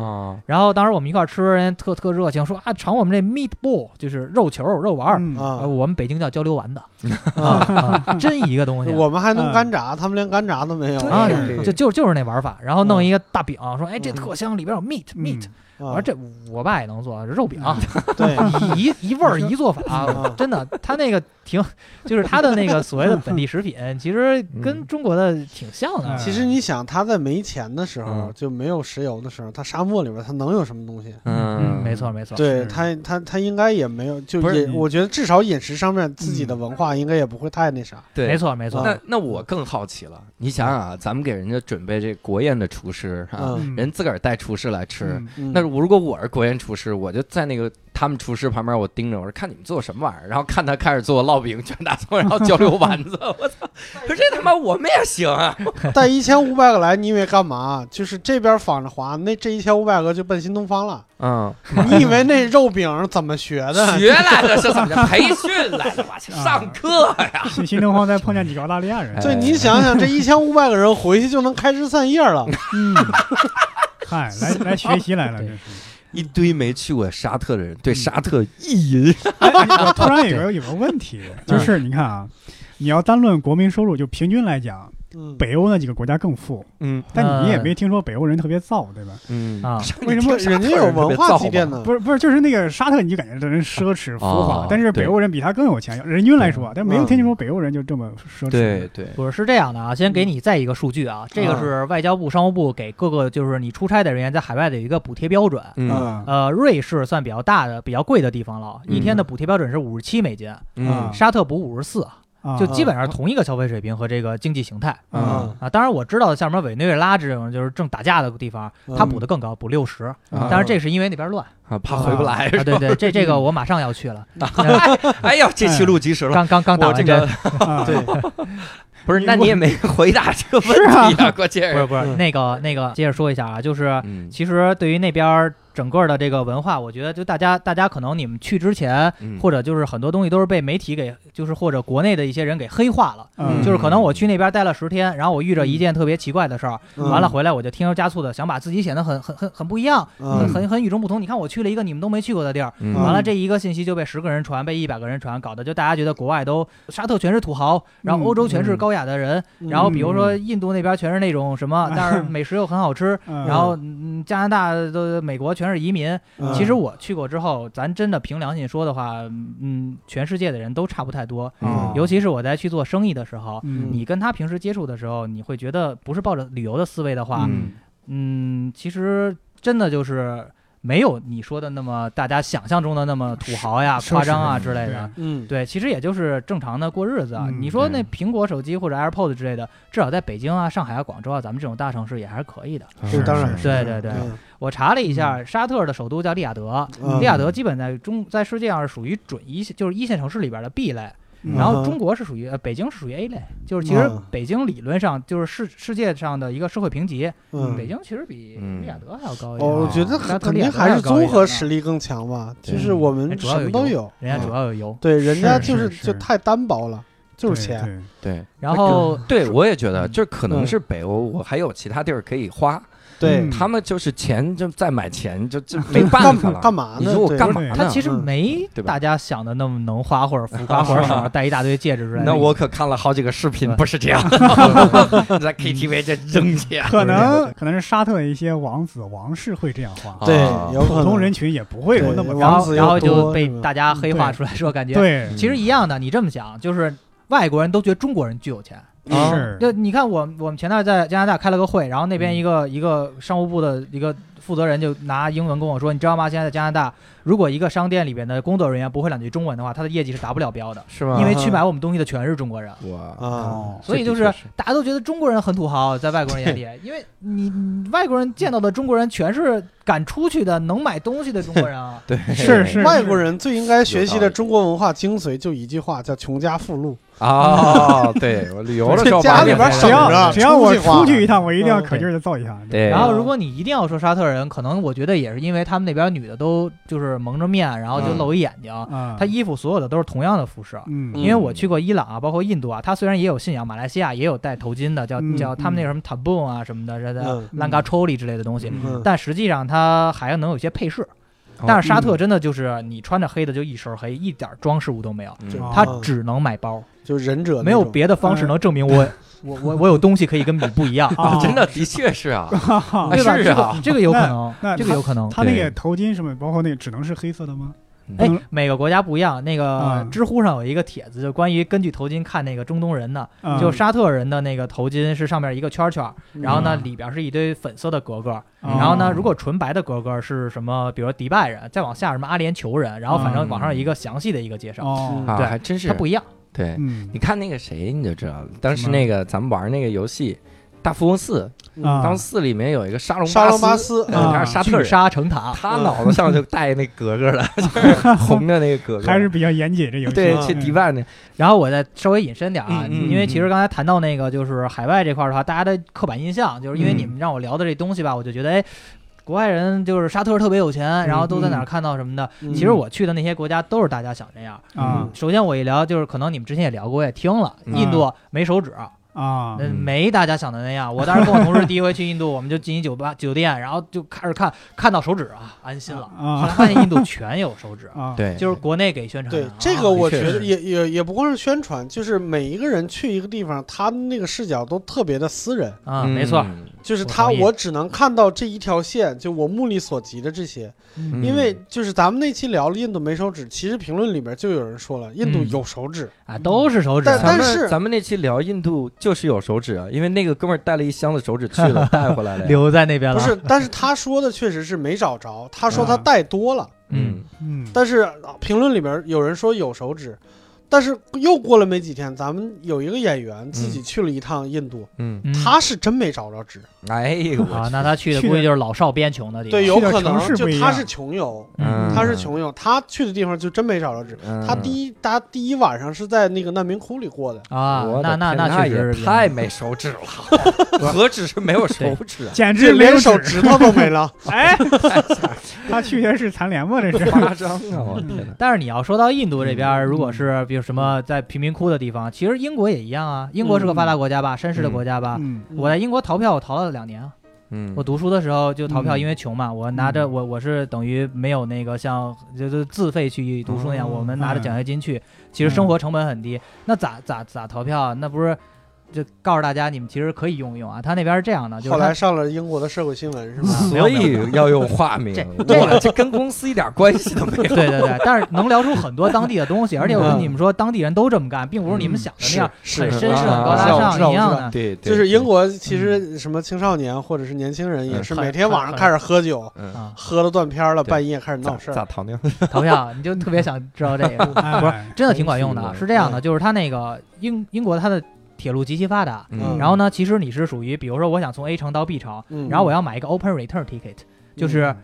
啊！然后当时我们一块儿吃，人家特特热情，说啊，尝我们这 meat ball，就是肉球、肉丸儿，嗯呃啊我们北京叫焦溜丸子，啊！啊真一个东西。我们还能嗯干炸，他们连干炸都没有对啊对，就就就是那玩法，然后弄嗯一个大饼，说哎这嗯特香，里边有 meat meat，我啊说！这我爸也能做，这肉饼嗯对，啊一一一味儿一做法，真的，他那个挺，就是它的那个所谓的本地食品，其实跟中国的挺像的。嗯啊其实你想，他在没钱的时候嗯，就没有石油的时候，他沙漠里边他能有什么东西？嗯，没错，没错。对是他，他他应该也没有，就不是也你我觉得至少饮食上面自己的嗯文化应该也不会太那啥。对，嗯没。错，没错。那那我更好奇了，你想想啊，咱们给人家准备这国宴的厨师啊，嗯，嗯人自个儿带厨师来吃，嗯嗯那 我如果我是国宴厨师，我就在那个他们厨师旁边，我盯着，我说看你们做什么玩意儿，然后看他开始做烙饼、卷大葱，然后浇溜丸子， 我操！可是这他妈我们也行啊！带一千五百个来，你以为干嘛？就是这边仿着华，那这一千五百个就奔新东方了。嗯，你以为那肉饼怎么学的？学来的是怎么着？培训来的，我去啊上课啊呀！新新东方再碰见几个澳大利亚人，哎对，你想想，这一千五百个人回去就能开枝散叶了。嗯，嗨，来来学习来了，对这是。 一堆没去过沙特的人对沙特意淫，哎， 哎我突然有个有个问题，嗯就是你看啊，你要单论国民收入，就平均来讲，嗯，北欧那几个国家更富，嗯但你也呃没听说北欧人特别燥，对吧？嗯啊，为什么人家有文化积淀呢？不是不是，就是那个沙特，你就感觉这人奢侈浮哦华，但是北欧人比他更有钱，人均来说，但没有听说北欧人就这么奢侈。对，对，不是是这样的啊，先给你再一个数据啊，这个是外交部、商务部给各个就是你出差的人员在海外的有一个补贴标准。嗯啊呃，瑞士算比较大的、比较贵的地方了，一天的嗯补贴标准是五十七美金，嗯沙特补五十四，啊，就基本上是同一个消费水平和这个经济形态啊嗯啊。当然我知道像什么委内瑞拉这种就是正打架的地方，它补的更高，补六十。嗯啊当然这是因为那边乱啊，啊，怕回不来。对对，这这个嗯我马上要去了， 呃哎呀，这期录及时了，刚刚刚打我完这针个啊对，不是，那我你也没回答这个问题啊，关键不是是，不是嗯那个那个，接着说一下啊，就是嗯其实对于那边儿整个的这个文化，我觉得就大家大家可能你们去之前，嗯或者就是很多东西都是被媒体给，就是或者国内的一些人给黑化了。嗯就是可能我去那边待了十天，然后我遇嗯着一件特别奇怪的事儿，嗯完了回来我就添油加醋的想把自己显得很很很很不一样，嗯呃很很与众不同。你看我去了一个你们都没去过的地儿，嗯完了这一个信息就被十个人传，被一百个人传，搞得就大家觉得国外都沙特全是土豪，然后欧洲全是高雅的人，嗯然后比如说印度那边全是那种什么，但是美食又很好吃，嗯然后嗯加拿大的美国全是移民。嗯其实我去过之后，咱真的凭良心说的话，嗯，全世界的人都差不太多。嗯尤其是我在去做生意的时候，嗯你跟他平时接触的时候，你会觉得不是抱着旅游的思维的话，嗯嗯，其实真的就是没有你说的那么大家想象中的那么土豪呀、奢侈夸张啊品之类的。嗯，对，其实也就是正常的过日子啊。嗯你说对那苹果手机或者 AirPods 之类的，至少在北京啊、上海啊、广州啊，咱们这种大城市也还是可以的。啊这当然对对对，嗯我查了一下，沙特的首都叫利雅得，嗯利雅得基本在中在世界上是属于准一线，就是一线城市里边的 B 类，嗯然嗯后中国是属于呃北京是属于 A 类，就是其实嗯北京理论上就是世世界上的一个社会评级，嗯北京其实比嗯利雅得还要高一点。哦，我啊觉得那肯肯定定还还是是高一综点合的实力更强吧。就对是我们哎主要什有么都油有，人家主嗯要有油，对人家就是是是就是太单薄了，就是对钱。，对然后对，我也觉得，就是可能嗯是北欧，我还有其他地儿可以花，对嗯，他们就是钱就再买钱，就就没办干法嘛了。干嘛你呢？说我对干嘛呢？他其实嗯没对吧大家想的那么能花或者浮夸，或者手上戴一大堆戒指之类的。那我 可看了好几个视频，不是这样，在 KTV 这扔去啊。可能可能是沙特的一些王子王室会这样花，对啊，有可普通能人群也不会有那么对然王后子然又后就多被是吧大家黑化嗯对出来，说感觉对嗯其实一样的。你这么想，就是外国人都觉得中国人巨有钱。啊是就你看我，我们前段在加拿大开了个会，然后那边嗯一个、一个商务部的一个负责人就拿英文跟我说，你知道吗？现在在加拿大，如果一个商店里边的工作人员不会两句中文的话，他的业绩是达不了标的，是吗？因为去买我们东西的全是中国人。哇，啊，哦，所以就是这的确是。大家都觉得中国人很土豪，在外国人眼里，因为你你外国人见到的中国人全是敢出去的、能买东西的中国人啊对，是是外国人最应该学有习道的理中国文化精髓就一句话，叫“穷家富路啊，对我旅游的时候这家把里那边个省只要哦着只要出我去花出去一趟，我一定要嗯可劲儿的造一下。 对，然后，如果你一定要说沙特人，可能我觉得也是因为他们那边女的都就是蒙着面，然后嗯就露一眼睛，啊，她衣服所有的都是同样的服饰。嗯因为我去过伊朗啊，包括印度啊，它虽然也有信仰，马来西亚也有戴头巾的，叫、嗯叫他们那个什么 tabun 啊什么的，这”。的嗯兰嘎抽里之类的东西，嗯，但实际上它还能有一些配饰。哦但是沙嗯特真的就是你穿着黑的就一身黑，一点装饰物都没有，嗯这嗯哦他只能买包，就忍者没有别的嗯方式能证 明我我我我有东西可以跟你不一样，啊，真的的确是啊，啊对吧？是啊这个这个有可能那那，这个有可能。他那个头巾什么，包括那个只能是黑色的吗？哎嗯，每个国家不一样。那个嗯知乎上有一个帖子，就关于根据头巾看那个中东人的，嗯就沙特人的那个头巾是上面一个圈圈儿，然后呢嗯里边是一堆粉色的格格，嗯然后哦呢如果纯白的格格是什么，比如迪拜人，再往下什么阿联酋人，然后反正嗯网上有一个详细的一个介绍，哦，啊，对还真是它不一样。对。嗯你看那个谁，你就知道了。当时什么那个咱们玩那个游戏《大富翁四》，啊当时四里面有一个沙龙沙龙巴巴，斯对嗯他啊是沙特聚人，沙成塔，他脑子上就带那格格了，就是嗯 红的那个格格，还是比较严谨这游戏，对啊去迪拜那然后我再稍微引申点啊，嗯嗯因为其实刚才谈到那个就是海外这块儿的话，大家的刻板印象就是因为嗯你们让我聊的这东西吧，我就觉得哎。国外人就是沙特特别有钱，然后都在哪儿看到什么的。嗯其实我去的那些国家都是大家想这样。啊首先我一聊，就是可能你们之前也聊过，我也听了，嗯印度没手指，啊那没大家想的那样。我当时跟我同事第一回去印度，我们就进一酒吧酒店，然后就开始看，看到手指啊，安心了。后来啊，发现印度全有手指啊，对，就是国内给宣传对的啊。这个，我确觉得实也也也不光是宣传，就是每一个人去一个地方，他那个视角都特别的私人，啊，没错，嗯就是我他同意我只能看到这一条线，就我目力所及的这些。嗯因为就是咱们那期聊了印度没手指，其实评论里面就有人说了，印度嗯有手指，啊，都是手指。但咱但们是咱们那期聊印度就是有手指啊，因为那个哥们儿带了一箱子手指去 了，带回来了呀。留在那边了。不是？但是他说的确实是没找着，他说他啊带多了，嗯，嗯，但是评论里面有人说有手指。但是又过了没几天，咱们有一个演员自己去了一趟印度，嗯，嗯他是真没找着指，哎呦我啊，去那他去的去估计的就是老少边穷的地方。对，去有的可城能市就不一他样是穷游，嗯他是穷游，他去的地方就真没找着指。嗯他第一，他第一晚上是在那个难民窟里过的，啊我，那的那天确实也是太没手指 了，何止是没有手指啊，简这直没有连手指头都没了。哎， 他去的是残联吗？这 是夸张啊！我天哪，但是你要说到印度这边，嗯如果是比如什么在贫民窟的地方，其实英国也一样啊。英国是个发嗯达国家吧，绅士的国家吧。嗯我在英国逃票，我逃了两年啊。嗯，我读书的时候就逃票，嗯因为穷嘛，我拿着我我是等于没有那个像就是自费去读书那样，哦我们拿着奖学金去，其实生活成本很低。那咋咋咋逃票啊？那不是就告诉大家你们其实可以用一用啊。他那边是这样的，就是后他来上了英国的社会新闻是吧？没有所没有以要用化名这，这我这跟公司一点关系都没有。对对对，但是能聊出很多当地的东西，而且我跟你们说，当地人都这么干，并不是你们想的 那样，是很嗯是绅士、很高啊大知道上我一知道样我知的。对，对 就是英国其实什么青少年或者是年轻人也是嗯每天晚上开始喝酒，嗯，啊，喝了断片了，对半夜开始咋闹事咋儿。糖尿？投票，你就特别想知道这个，不是 哎真的挺管用真的。啊是是这样的，就是它那个英英国它的铁路极其发达，嗯然后呢，其实你是属于，比如说我想从 A 城到 B 城，嗯然后我要买一个 open return ticket，就是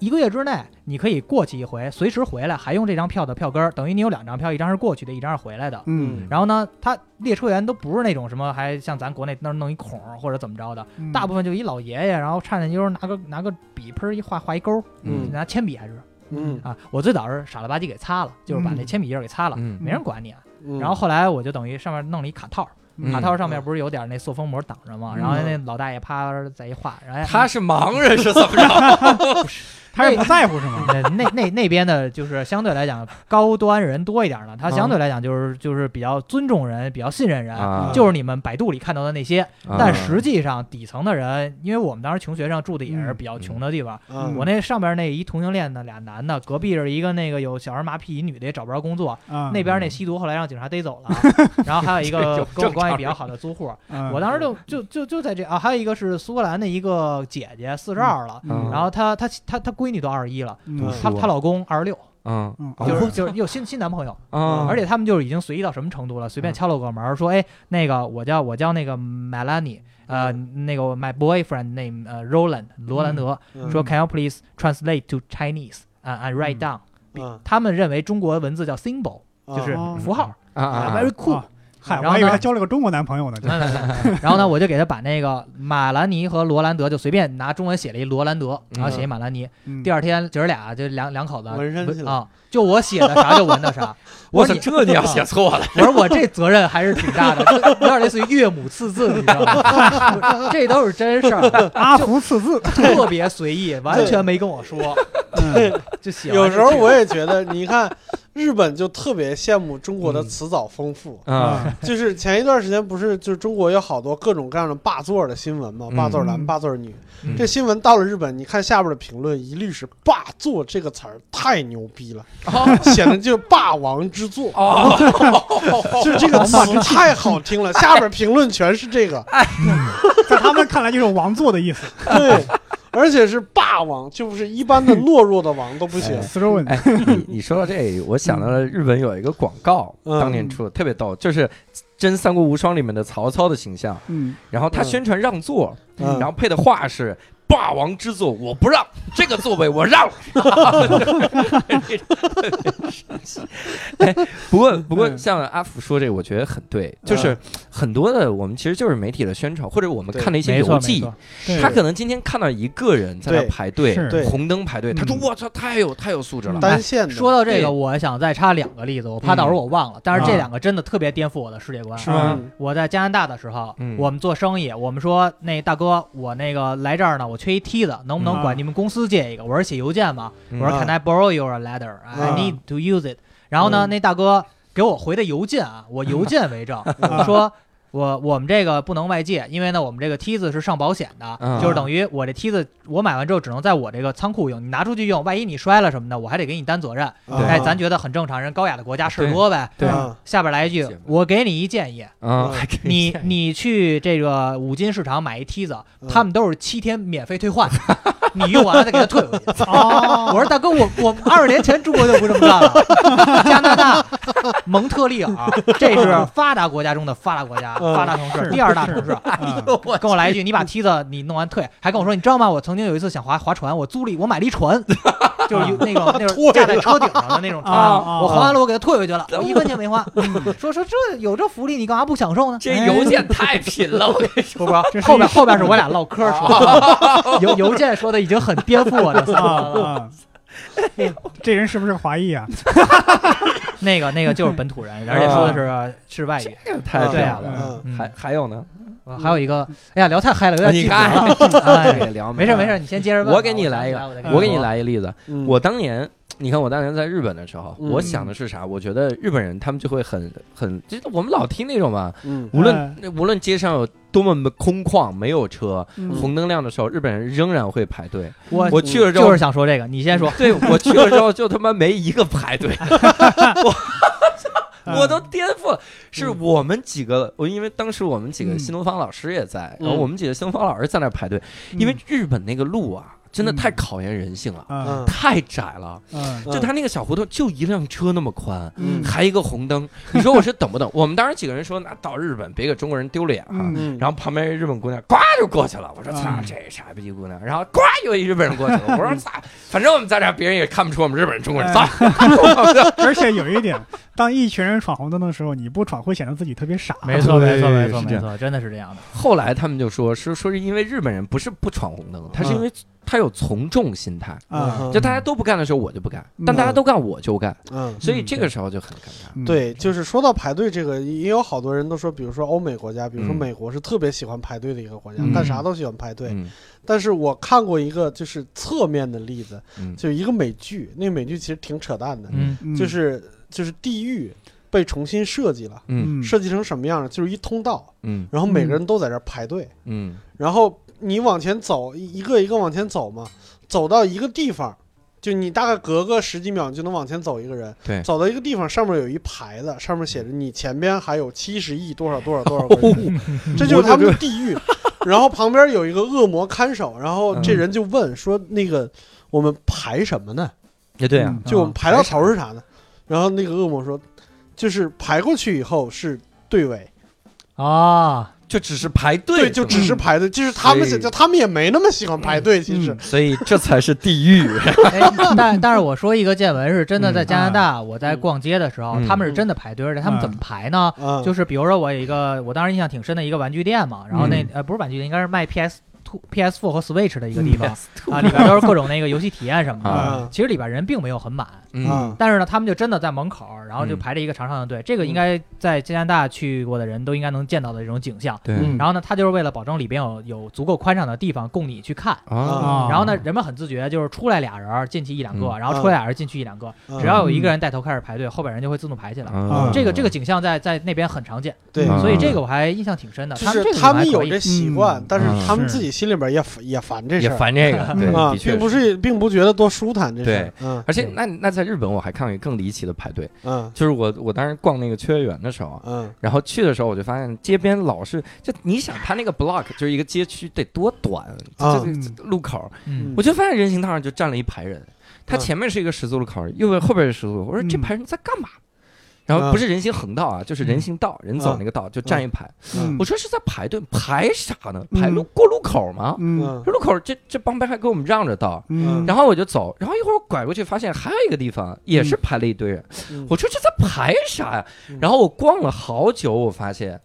一个月之内你可以过去一回，随时回来，还用这张票的票根儿，等于你有两张票，一张是过去的，一张是回来的。嗯，然后呢，它列车员都不是那种什么，还像咱国内那儿弄一孔儿或者怎么着的，嗯大部分就一老爷爷，然后颤颤悠悠拿个拿个笔喷儿一画画一勾儿，嗯拿铅笔还是嗯啊，我最早是傻了吧唧给擦了，就是把那嗯铅笔印儿给擦了，嗯没人管你啊。嗯，然后后来我就等于上面弄了一卡套儿，嗯卡套上面不是有点那塑封膜挡着吗？嗯然后那老大爷啪在一画，然后他是盲人是怎么 着？他也不在乎是吗？那那那那边的就是相对来讲高端人多一点呢，他嗯相对来讲就是就是比较尊重人，比较信任人，啊哎就是你们百度里看到的那些，啊但实际上底层的人，因为我们当时穷学生住的也是比较穷的地方，嗯我那上边那一同性恋的俩男的，隔壁是一个那个有小儿麻痹一女的也找不着工作，啊，嗯那边嗯那吸毒后来让警察 逮走了，然后还有一个跟我关系比较好的租户，嗯我当时就就就就在这啊，还有一个是苏格兰的一个姐姐，四十二了，嗯然后她她她她闺女都二十一了，嗯她她老公二十六，嗯嗯就哦是就是有新新男朋友，啊，而且他们就是已经随意到什么程度了，随嗯便敲了个门儿说，哎，那个我叫我叫那个 Melanie，呃，嗯那个 my boyfriend name 呃 Roland 罗兰德，嗯说 Can you please translate to Chinese？啊啊，write 嗯 down。嗯他们认为中国文字叫 symbol，就是啊哦符号啊啊啊啊，very cool 啊。嗨，然我后还以为呢他交了个中国男朋 友呢，没没没然后呢，我就给他把那个马兰尼和罗兰德就随便拿中文写了一罗兰德，然后写一马兰尼。第二二天姐儿俩就两两口子嗯纹身去了啊，就我写的啥就纹 的啥。我我操，说你这你要写错 了，我说我这责任还是挺大的，这有点类似于岳母刺字，你知道吗？ 这都是真事儿，阿福刺 字，特别随意，完全没跟我说嗯就写完有就时候去我也觉得，你看日本就特别羡慕中国的词藻丰富。啊，嗯就是前一段时间不是，就是中国有好多各种各样的霸座的新闻嘛，嗯霸座男、嗯霸座女。嗯这新闻到了日本，你看下边的评论，一律是“霸座”这个词儿太牛逼了，哦。显得就是霸王之作哦， 就是这个词太好听了，下边评论全是这个，在他们看来就是王座的意思。对，而且是霸王，就不是一般的懦弱的王都不行。 Throne，哎， 你你说到这，我想到了日本有一个广告，嗯当年出的特别逗，就是《真三国无双》里面的曹操的形象，嗯，然后他嗯宣传让座，嗯然后配的话是。霸王之座，我不让这个座位，我让。 哎，不过不过，嗯像阿福说这个，我觉得很对，就是很多的我们其实就是媒体的宣传，或者我们对看的一些没游错没记，错，对他可能今天看到一个人在那嗯对排队，是对红灯排队，他说：“嗯我操，太有太有素质了。”单线的，说到这对个，我想再插两个例子，我怕到时候我忘了。但是这啊两个真的特别颠覆我的世界观。是吗嗯我在加拿大的时候嗯，我们做生意，我们说那大哥，我那个来这儿呢，我缺一梯子，能不能嗯管你们公司借一个？我说写邮件嘛，我嗯说 Can I borrow your ladder? I 啊 need to use it。然后呢，嗯那大哥给我回的邮件啊， 我邮件为证，嗯啊说我我们这个不能外借，因为呢，我们这个梯子是上保险的，嗯就是等于我这梯子我买完之后只能在我这个仓库用，你拿出去用，万一你摔了什么的，我还得给你担责任。对哎，咱觉得很正常，人高雅的国家事儿多呗。对啊下边来一句姐妹，我给你一建议，啊，嗯还可以 你这样你去这个五金市场买一梯子，嗯他们都是七天免费退换， 你用完了再给他退回去。 哦，我说大哥，我我二十年前中国就不这么干了， 加拿大蒙特利 尔，这是发达国家中的发达国家，嗯发达城市是 第二大城市。啊我跟我来一句，你把梯子你弄完退，还跟我说，你知道吗？我曾经有一次想划划船，我租了一我买了 一船，就是有那个那种架在车顶上的那种船，啊嗯我划完了我给他退回去了，我一分钱没花。 说说这有这福利，你干嘛不享受呢？ 这邮件太贫了，我跟你 说。不不，这是后边后边 是我俩唠嗑 说的，邮邮件说的已经很颠覆我的思 啊想了。啊！哎这人是不是华裔啊？那个那个就是本土人，而且说的是是外语。这个太对屌啊了。嗯嗯还还有呢？我还有一个，哎呀，聊太嗨了，有点你记不看住 了这哎个聊没事没事，，你先接着问吧。我给你来一个我给你。来一个例子。嗯我当年，你看我当年在日本的时候，嗯我想的是啥？我觉得日本人他们就会很很，就是我们老听那种嘛，嗯无论无论街上有多么空旷，没有车，嗯红灯亮的时候，日本人仍然会排队。我我去了之嗯就后是，想说这个，你先说。 对我去了之后就他妈没一个排队，嗯我都颠覆了。是我们几个，我因为当时我们几个嗯新东方老师也在，嗯然后我们几个新东方老师在那儿排队，因为日本那个路啊，真的嗯太考验人性了，嗯嗯太窄了。嗯就他那个小胡同就一辆车那么宽，嗯还一个红 灯，你说我是等不等？我们当时几个人说，那到日本别给中国人丢脸啊。嗯嗯，然后旁边一日本姑娘呱就过去了，我说操嗯这傻逼姑娘，然后呱又一日本人过去了，我 说操，反正我们在这儿别人也看不出我们日本人中国人，走哎，嗯而且有一点，当一群人闯红灯的时候，你不闯会显得自己特别傻。 没错，没错，没错，是这没样错，真的是这样的。后来他们就说，是说是因为日本人不是不闯红灯，他是因为他有从众心态，啊，嗯就大家都不干的时候我就不干，但嗯大家都干我就干，嗯。所以这个时候就很尴尬。嗯，对，就是说到排队这个，也有好多人都说，比如说欧美国家，比如说嗯美国是特别喜欢排队的一个国家，嗯干啥都喜欢排队。嗯但是我看过一个就是侧面的例子，嗯就一个美剧，那个美剧其实挺扯淡的，嗯嗯就是就是地狱被重新设计了，嗯嗯设计成什么样呢？就是一通道，嗯然后每个人都在这儿排队，嗯然后你往前走，一一个一个往前走嘛，走到一个地方，就你大概隔个十几秒就能往前走一个人。对走到一个地方，上面有一牌子，上面写着你前边还有七十亿多少多少多少个人，这就是他们的地狱。然后旁边有一个恶魔看守，然后这人就问说：“那个我们排什么呢？也对嗯啊，就我们排到头是啥呢？”然后那个恶魔说：“就是排过去以后是队尾。”啊，就只是排队，对，就只是嗯排队，就是他们所以就他们也没那么喜欢排队，其实嗯，所以这才是地狱。哎但但是我说一个见闻是真的，在加拿大，我在逛街的时候嗯，他们是真的排队，而且他们怎么排呢？啊，就是比如说我有一个，我当时印象挺深的一个玩具店嘛，然后那嗯呃不是玩具店，应该是卖 PS Two、PS Four 和 Switch 的一个地方啊，里边都是各种那个游戏体验什么的。啊啊，其实里边人并没有很满，嗯啊，但是呢，他们就真的在门口，然后就嗯排着一个长长的队。这个应该在加拿大去过的人都应该能见到的这种景象。对嗯然后呢，他就是为了保证里边有有足够宽敞的地方供你去看。啊，然后呢，人们很自觉，就是出来俩人儿进去一两个，然后出来俩人儿进去一两个，嗯只要有一个人带头开始排队，后边人就会自动排起来。啊这个这个景象在在那边很常见，对，啊嗯嗯所以这个我还印象挺深的。就们是这个他还们有可以这习惯嗯，但是他们是自己心里边也烦也烦这也事儿烦这个，对，啊的，确并不是。是并不觉得多舒坦这事儿，嗯而且那那在日本我还看过一个更离奇的排队，嗯就是我我当时逛那个秋叶原的时候啊，嗯然后去的时候我就发现街边老是就你想他那个 block 就是一个街区得多短，啊这这这路口，嗯，我就发现人行道上就站了一排人，他嗯前面是一个十字路口，右边后边是十字路口，我说这嗯排人在干嘛？然后啊不是人行横道啊，就是人行道，人走那个道就站一排。嗯我说是在排队，排啥呢？嗯排路过路口吗？嗯嗯这路口这这帮派还给我们让着道，嗯，然后我就走，然后一会儿我拐过去，发现还有一个地方也是排了一堆人，嗯我说这在排啥呀嗯？然后我逛了好久，我发现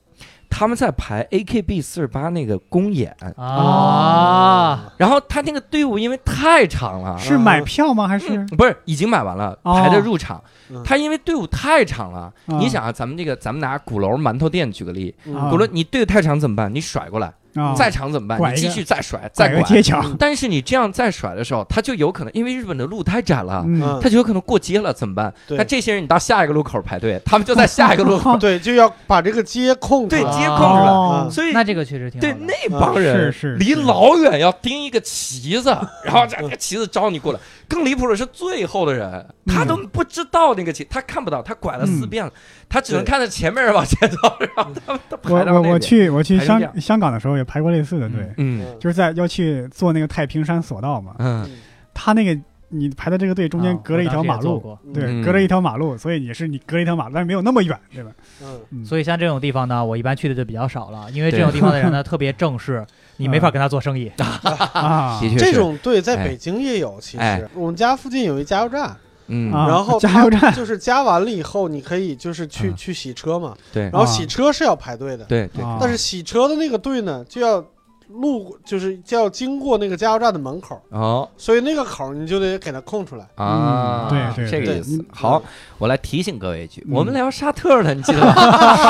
他们在排 AKB 四十八那个公演，嗯啊，然后他那个队伍因为太长了。是买票吗？还是不是，已经买完了，哦排队入场嗯。他因为队伍太长了，啊你想啊，咱们这个，咱们拿鼓楼馒头店举个例，嗯啊鼓楼你队伍太长怎么办？你甩过来，啊再长怎么办？拐你一个继续再甩，再拐个街角？但是你这样再甩的时候，他就有可能，因为日本的路太窄了，嗯，他就有可能过街了，怎么办？对那这些人你到下一个路口排队，他们就在下一个路 口，对，就要把这个街控啊制对好街控制哦了，哦，所以那这个确实挺好对的那嗯帮啊是人。是 离是老远要盯一个旗 子，然后这个旗子招你过来。更离谱的是最后的人，嗯他都不知道那个旗，他看不到，他拐了四遍了，他只能看到前面人往前走，然后他们都我排到那我我边。去我去排成这香样香港的时候也排过类似的队，嗯嗯就是在要去坐那个太平山索道嘛， 嗯他那个你排的这个队中间啊隔了一条马我当时也做路，过对，嗯隔了一条马路，所以也是你隔了一条马路，但是没有那么远，对 吧？嗯嗯所以像这种地方呢，我一般去的就比较少了，因为对这种地方的 人呢特别正式，你嗯没法跟他做生意。啊的确这是，种队在哎北京也有，其哎实我们家附近有一加油站，嗯啊然后加它油站就是加完了以后，你可以就是去嗯去洗车嘛，对然后啊洗车是要排队的，对对，啊但是洗车的那个队呢，就要路过，就是就要经过那个加油站的门口，哦所以那个口你就得给它空出来。啊，嗯对对这个对意思。好，我来提醒各位一句，我们嗯聊沙特了，你记得吗？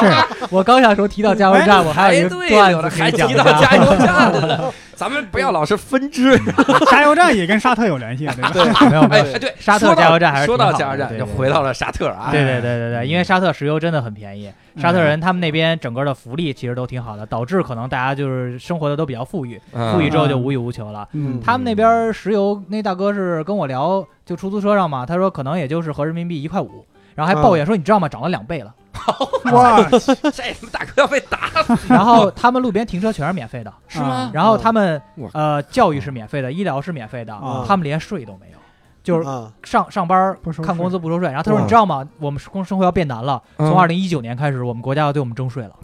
是我刚想说提到加油站，我哎还有一个对段了，子可还以讲提一到下。加油啊站 了，咱们不要老是分支。嗯加油站也跟沙特有联系，对吧？对，没有 没哎有，哎，对，沙特说到加油站还是说到挺好加的油站，对就对回到了沙特啊。对对对对对，因为沙特石油真的很便宜，哎嗯沙特人他们那边整个的福利其实都挺好的，导致可能大家就是生活的都比较富裕，富 嗯裕之后就无欲无求了。嗯他们那边石油那大哥是跟我聊，就出租车上嘛，他说可能也就是合人民币一块五，然后还嗯抱怨说你知道吗，涨了两倍了。嗯哇，这他妈哎大哥要被打 了然后他们路边停车全是 免费 的，啊是吗？然后他们哇呃教育是免费的，医疗是免费的啊，他们连税都没有，就是啊，上上班儿不收税嗯看工资不收税。然后他说哇你知道吗？我们工生活要变难了，嗯从二零一九年开始，我们国家要对我们征税 了，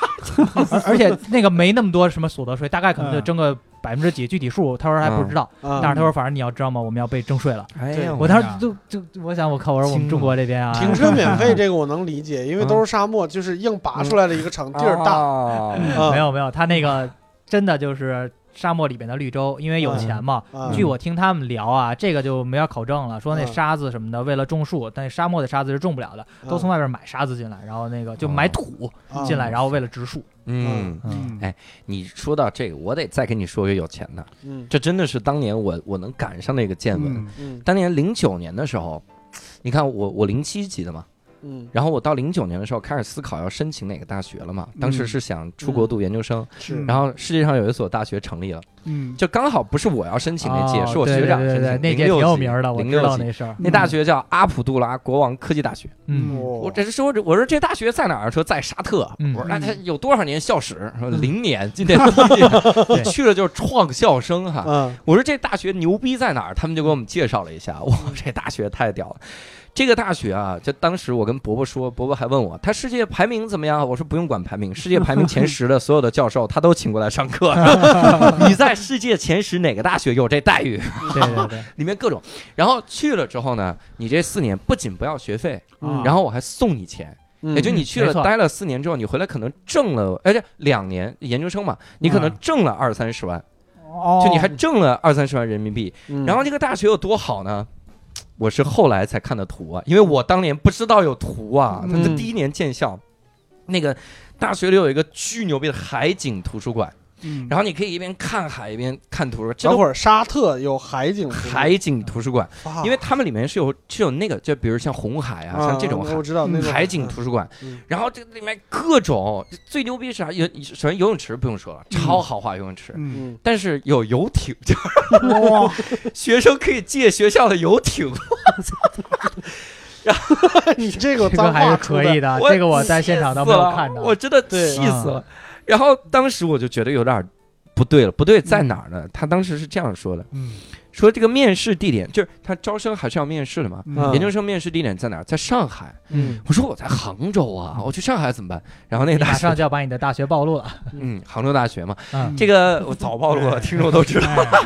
而而且那个没那么多什么所得税，大概可能就嗯征个百分之几，具体数他说还不知道。但啊是他说反正你要知道吗？我们要被征税了。哎对呀，我我当呀时就就就我想我靠，我说我们中国这边啊，停车免费这个我能理解，因为都是沙漠，就是硬拔出来的一个嗯场地儿哦大。 大啊 没有没有，他那个真的就是沙漠里边的绿洲，因为有钱嘛。啊据我听他们聊啊，这个就没法考证了。说那嗯沙子什么的，为了种树，但是沙漠的沙子是种不了的，都从外边买沙子进来，然后那个就买土啊进来，然后为了植树。嗯，嗯，哎你说到这个，我得再跟你说个有钱的，嗯这真的是当年我我能赶上那个见闻。嗯嗯当年零九年的时候，你看我我零七级的嘛，嗯，然后我到零九年的时候开始思考要申请哪个大学了嘛，当嗯时是想出国读研究生，是然后世界上有一所大学成立了，嗯，就刚好不是我要申请那届，哦是我学长对对申对请对，那零届挺有六级名的，我零知道六级那事儿。那大学叫阿卜杜拉国王科技大学。嗯，我我这是说，我这我说这大学在哪儿？说在沙特。嗯我说那它有多少年校史？说零年，今年第一年，你去了就是创校生哈。嗯我说这大学牛逼在哪儿？他们就给我们介绍了一下，哇，这大学太屌了！这个大学啊，就当时我跟伯伯说，伯伯还问我，他世界排名怎么样？啊我说不用管排名，世界排名前十的所有的教授他都请过来上课。 你在世界前十哪个大学有这待遇？对对对，里面各种，然后去了之后呢，你这四年不仅不要学费，啊然后我还送你钱，嗯也就你去没了错待了四年之后，你回来可能挣了，哎，这两年研究生嘛，你可能挣了二三十万，哦，就你还挣了二三十万人民币，嗯然后这个大学有多好呢？我是后来才看的图啊，因为我当年不知道有图啊，他嗯是第一年建校，那个大学里有一个巨牛逼的海景图书馆，嗯，然后你可以一边看海一边看图书馆，这等都会儿沙特有海景图书馆，海景图书馆，哇因为他们里面是有是有那个，就比如像红海啊，像这种海嗯我知道那种海景图书馆嗯，然后这里面各种最牛逼是啥？有首先游泳池不用说了，超豪华游泳池，嗯，嗯， 但是有游艇， 就哇，学生可以借学校的游艇。你这个这个脏还话是出可的以的，我啊这个我在现场都没有看气死到了啊我。真的对气死了。然后当时我就觉得有点儿不对了，不对在哪儿嗯呢？他当时是这样说的，嗯说这个面试地点就是他招生还是要面试的嘛，嗯研究生面试地点在哪儿？在上海。嗯，我说我在杭州啊，我去上海怎么办？然后那你个大嗯马上学，就要把你的大学暴露了，嗯，杭州大学嘛，嗯，这个我早暴露了，听众都知道。道，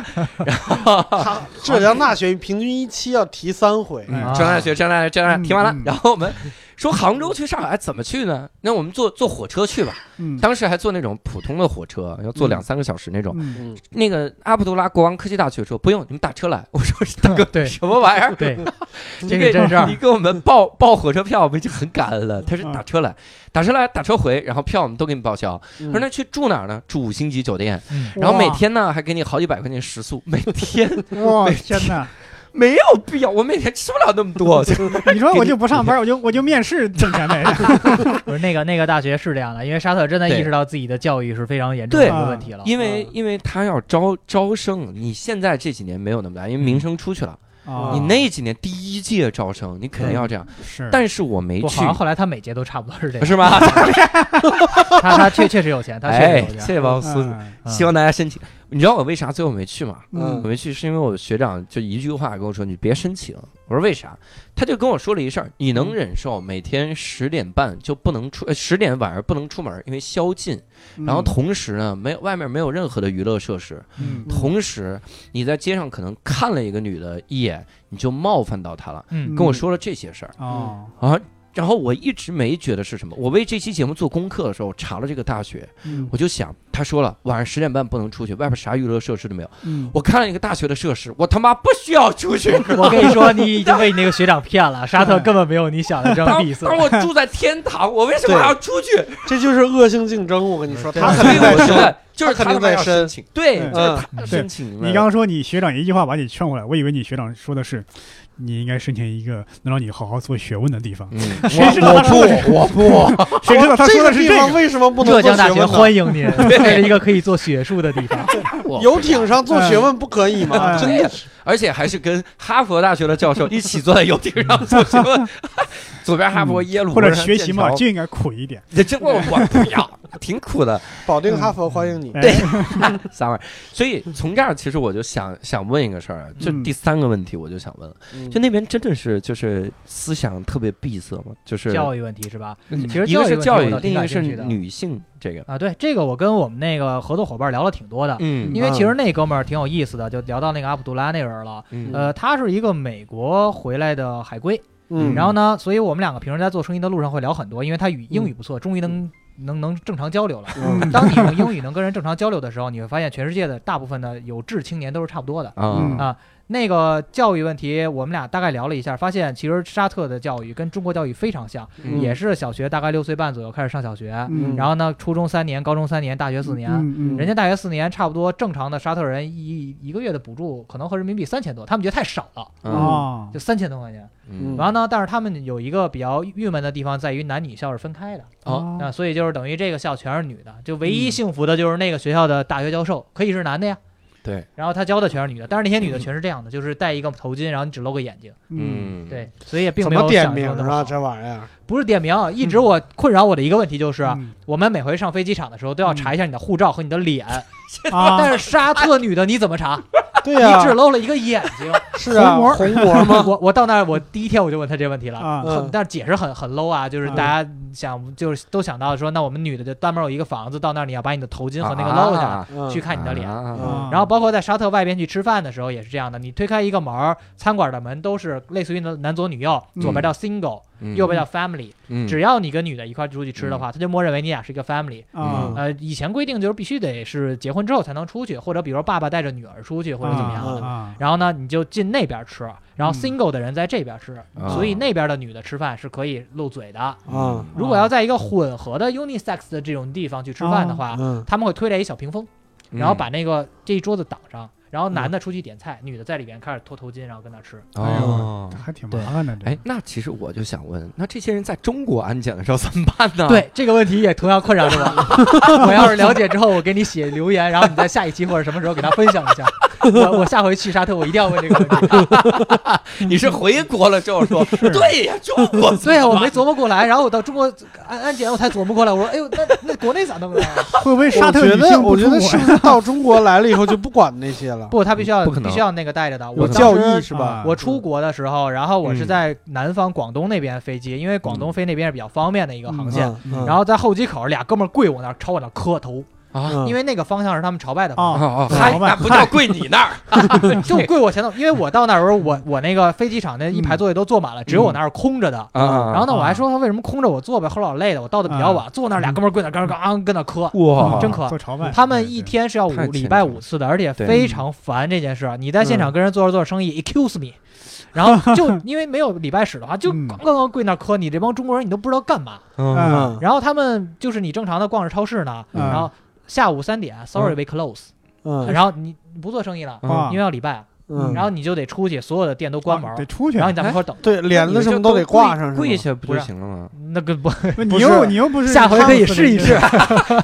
他浙江大学平均一期要提三回，嗯啊，张大学，张大学，张大学，嗯听完了嗯。然后我们说杭州去上海怎么去呢？那我们坐坐火车去吧。嗯，当时还坐那种普通的火车，要坐两三个小时那种。嗯嗯，那个阿卜杜拉国王科技大学说不用，你们打车来。我说是大哥，嗯对什么玩意 儿？对，你 这给是真事儿嗯你给我们报报火车票，我们已经很感恩了。他是打车来，打车来，打车回，然后票我们都给你报销。嗯我说那去住哪儿呢？住五星级酒店，嗯然后每哇天呢还给你好几百块钱食宿， 每天哇，天哪！没有必要，我每天吃不了那么多。你说我就不上班，我就我就面试挣 钱呗。不是那个那个大学是这样的，因为沙特真的对意识到自己的教育是非常严重的一对个问题了。因为嗯因为他要招招生，你现在这几年没有那么大，因为名声出去了。啊你那几年第一届招生，你肯定要这样。是，但是我没不，去好，像后来他每节都差不多是这 样。是吗？他他确确实有钱，他确实哎有，钱。这帮孙子，嗯希望大家申请。你知道我为啥最后没去吗？嗯我没去是因为我学长就一句话跟我说：“你别申请。”我说：“为啥？”他就跟我说了一事儿：“你能忍受每天十点半就不能出，呃十点晚上不能出门，因为宵禁。然后同时呢，没有外面没有任何的娱乐设施。嗯同时，你在街上可能看了一个女的一眼，你就冒犯到她了，嗯 跟我说了这些事儿哦，啊。然后我一直没觉得是什么。我为这期节目做功课的时候，我查了这个大学，嗯我就想，他说了晚上十点半不能出去，外边啥娱乐设施都没有。嗯我看了一个大学的设施，我他妈不需要出去。我跟你说，你已经被你那个学长骗了，沙特根本没有你想的这么当闭 塞。嗯当我住在天堂，我为什么对还要出去？这就是恶性竞争。我跟你说，对他肯所以定在我觉升，得就是他肯他定们在要申申请，对，嗯就是他对申请。你刚刚说你学长一句话把你劝过来，我以为你学长说的是你应该申请一个能让你好好做学问的地 方。嗯，谁知道他说的是我不，我不，谁知道他说的是这这个地方个？为什么不能浙做江大学学问呢？欢迎您，这是一个可以做学术的地方。我嗯游艇上做学问不 可以吗？哎真的是，而且还是跟哈佛大学的教授一起坐在游艇上 做学问，左边哈佛、耶鲁嗯或者学习剑嘛，桥就应该苦一点。这这我我不要，挺苦的，保定哈佛欢迎你。对，啥玩意儿？所以从这儿其实我就想想问一个事儿啊，就嗯第三个问题我就想问了，嗯就那边真的是就是思想特别闭塞吗？就是教育问题是吧？嗯其实一个是教教育育，问题另一我倒个挺感是兴趣的女性这个，啊，对这个我跟我们那个合作伙伴聊了挺多的，嗯因为其实那哥们儿挺有意思的，就聊到那个阿卜杜拉那人了。嗯呃，他是一个美国回来的海归，嗯，然后呢，所以我们两个平时在做生意的路上会聊很多，因为他语英语不错，终于能能能正常交流了。嗯当你用英语能跟人正常交流的时候，你会发现全世界的大部分的有志青年都是差不多的。啊嗯啊那个教育问题，我们俩大概聊了一下，发现其实沙特的教育跟中国教育非常像，嗯也是小学大概六岁半左右开始上小学，嗯然后呢，初中三年，高中三年，大学四年。嗯啊人家大学四年差不多，正常的沙特人一一个月的补助可能合人民币三千多，他们觉得太少了，啊哦就，三千多块钱。嗯嗯完了呢，但是他们有一个比较郁闷的地方在于男女校是分开的，哦啊，所以就是等于这个校全是女的，就唯嗯一幸福的就是那个学校的大学教授可以是男的呀，对，然后他教的全是女的，但是那些女的全是这样的，就是戴一个头巾，然后你只露个眼睛，嗯对，所以也并怎没有么点想名象中啊？的好这玩意儿，不是点名，一直我困扰我的一个问题就是，啊嗯我们每回上飞机场的时候都要查一下你的护照和你的脸，啊， 但是沙特女的你怎么查？对啊你呀只，露了一个眼睛，是啊，红膜 吗？我我到那儿，我第一天我就问他这个问题了，啊嗯但是解释很很 low 啊，就是嗯大家想就是都想到说，那我们女的就专门有一个房子，到那儿你要把你的头巾和那个啊 logo 下来、嗯去看你的脸。啊啊 然后包括在沙特外边去吃饭的时候也是这样的，你推开一个门儿，餐馆的门都是类似于男男左女右，左边叫嗯 single，、右边叫 family，嗯只要你跟女的一块出去吃的话，他就默认为你俩是一个 family。啊嗯呃，以前规定就是必须得是结婚之后才能出去，或者比如说爸爸带着女儿出去或者怎么样的。啊然后呢，你就进那边吃，然嗯后 single 的人在这边吃，啊所以那边的女的吃饭是可以露嘴的。啊嗯如果要在一个混合的 unisex 的这种地方去吃饭的话，嗯他们会推来一小屏风，然后把那个这一桌子挡上，然后男的出去点菜，女的在里边开始脱头巾，然后跟那吃。哦。啊还挺麻烦的。这哎，那其实我就想问，那这些人在中国安检的时候怎么办呢？，对这个问题也同样困扰着 我。我要是了解之后，我给你写留言，然后你在下一期或者什么时候给他分享一 下。我我下回去沙特，我一定要问这个问题。你是回国了之后说， 对呀，中国怎么办， 哦对啊，我 没琢磨过来，然后我到中国安安检，我才琢磨过来，我说，哎呦，那那国内咋弄的啊呀？会不会沙我特觉女得性我不觉啊出得 是轨不是到中国来了以后就不管那些了？嗯 不，他必须要不可能必须要那个带着的。有我啊教当义时是吧？啊我出国的时候，然后我是嗯在南方广东那边飞机，因为广东飞那边是比较方便的一个航线。嗯嗯然后在候机口，俩哥们儿跪我那儿，朝我那儿磕头，啊嗯因为那个方向是他们朝拜的方哦啊？哦，对嗨老板那不叫跪你那儿，向，就跪我前头。因为我到那儿时候，嗯我我那个飞机场那一排座位都坐满了，只有我那儿空着的。啊嗯然后呢，我还说他为什么空着我坐呗，后来我累的，我到的比较晚，坐那儿俩哥们儿跪那儿，刚刚跟那儿磕。哇，真可做朝拜，他们一天是要五太虔礼拜诚五次的，而且对非常烦这件事儿。你在现场跟人做着做着生意，excuse me，然 后就因为没有礼拜史的话，就嗯刚刚跪那儿磕，你这帮中国人你都不知道干嘛。嗯嗯，然后他们就是你正常的逛着超市呢，嗯然后下午三点，sorry we close，嗯然后你不做生意了，啊嗯因为要礼拜，嗯，哎然后你就得出去，所有的店都关门啊，得出去然后。你在门口等。对帘子什么都得挂上，是吧跪下不就行了吗？ 那个不，不不你是又你又不是 下回可以试一试。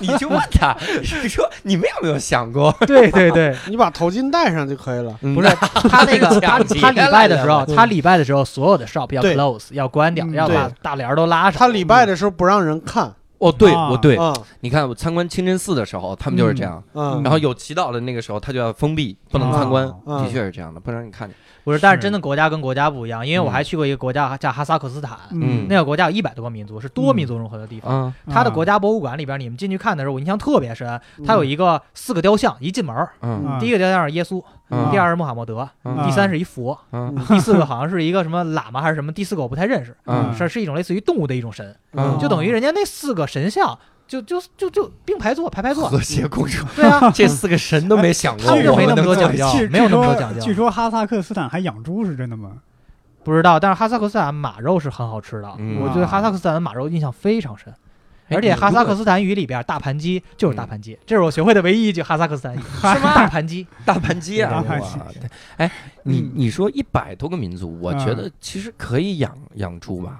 你就问他， 你说你们有没有想过？ 对对对，你把头巾戴上就可以了。嗯 不不是 他那个他抢劫他礼拜的时候，来了他礼拜的时候，所有的 shop 要对 close，要关掉，嗯要把大帘儿都拉上。他礼拜的时候不让人看，哦，对，啊我对，啊你看我参观清真寺的时候，他们就是这样。嗯然后有祈祷的那个时候，他就要封闭，不能参观，嗯的确是这样的，不然你看见。不是，但是是真的国家跟国家不一样，因为我嗯还去过一个国家叫哈萨克斯坦，嗯那个国家有一百多个民族，是多民族融合的地方。啊，它的国家博物馆里边，你们进去看的时候，我印象特别深。它有一个四个雕像，一进门儿，嗯嗯第一个雕像是耶稣，嗯第二是穆罕默德，嗯第三是一佛，嗯第四个好像是一个什么喇嘛还是什么，第四个我不太认识，嗯嗯是是一种类似于动物的一种神，嗯就等于人家那四个神像就就就就并排坐排 排坐，和谐共处，对啊，这四个神都没想过他们我没们那么能多做讲究一起据没有那么多据说讲究据说哈萨克斯坦还养猪是真的吗？ 不知道，但是哈萨克斯坦马肉是很好吃的，嗯我对哈萨克斯坦的马肉印象非常深。哎而且哈萨克斯坦语里边，大盘鸡就是大盘鸡，这是我学会的唯一一句哈萨克 斯坦语，嗯大盘鸡。大盘鸡啊，大盘哇鸡哎，你嗯你说一百多个民族，我觉得其实可以养养猪吧？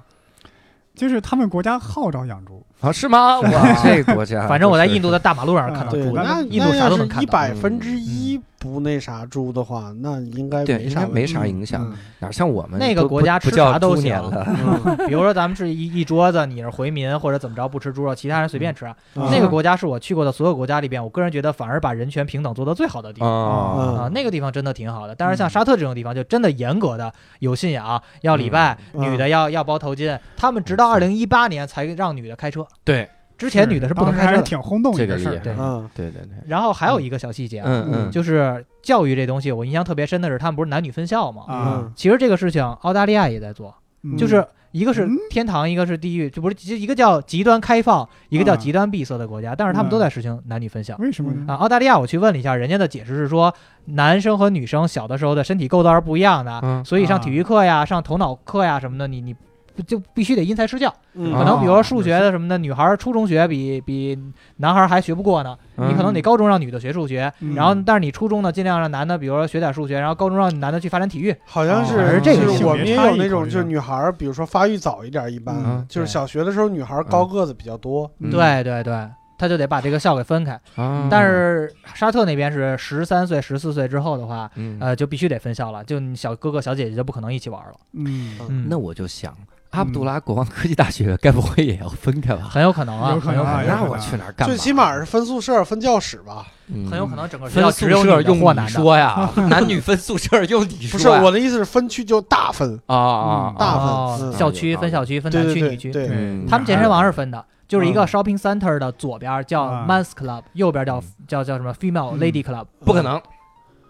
就是他们国家号召养猪，啊，是吗？我 这个国 家，反正我在印度的大马路上看到啊对，猪，那印度那啥要都是能看一到。嗯百分之一不那啥猪的话，那应该对，没应啥该问没题啥影响，嗯哪像我们那个都国不家不吃叫啥都猪行年了， 比如说咱们是一一桌子，你是回民或者怎么着不吃猪肉，其他人随便吃。嗯那个国家是我去过的所有国家里边，我个人觉得反而把人权平等做得最好的地方。啊嗯啊，那个地方真的挺好的。但是嗯像沙特这种地方，就真的严格的有信仰，要礼拜，嗯女的要要包头巾。他们直到二零一八年才让女的开车，对，之前女的是不能当时开嗯还车是的。挺轰动这一个事厉儿害。对嗯对对对，然后还有一个小细节啊，嗯嗯，就是教育这东西，我印象特别深的是，他们不是男女分校吗？嗯啊，其实这个事情澳大利亚也在做，嗯就是一个是嗯天堂，一个是地狱，就不是一个叫极端开放，一个叫啊极端闭塞的国家，但是嗯他们都在实行男女分校。为什么呢？啊，澳大利亚我去问了一下，人家的解释是说，男生和女生小的时候的身体构造是不一样的，嗯所以上啊体育课呀、上头脑课呀什么的，你你不就必须得因材施教。嗯可能比如说啊数学的什么的，女孩儿初中学比比男孩儿还学不过呢，嗯你可能得高中让女的学数学，嗯然后但是你初中呢尽量让男的，比如说学点数学，然后高中让男的去发展体育。好像哦是而这个就是性我别们也差有异那考种就虑是到女孩儿，比如说发育早一点，一般嗯就是对小学的时候女孩儿高个子比较多，嗯对对对，他就得把这个校给分开。啊但是沙特那边是十三岁、十四岁之后的话，嗯呃，就必须得分校了，就你小哥哥小姐姐就不可能一起玩了。嗯，嗯，那我就想，阿卜杜拉国王科技大学该不会也要分开吧？很有可能啊，有可很能有啊可能，有那我去哪儿干嘛？最起码是分宿舍、分教室吧。嗯很有可能整个学分校哦只宿有舍女的用或你男的。说 呀，男女分宿舍用你说不是呀，我的意思是分区就大分，啊啊嗯啊大分哦嗯，校区分校区，分对南区、对女对区。对，嗯他们健身房是分的，就是一个 shopping center 的左边叫啊 men's club，右边叫嗯叫叫什么 female 嗯 lady club。不可能，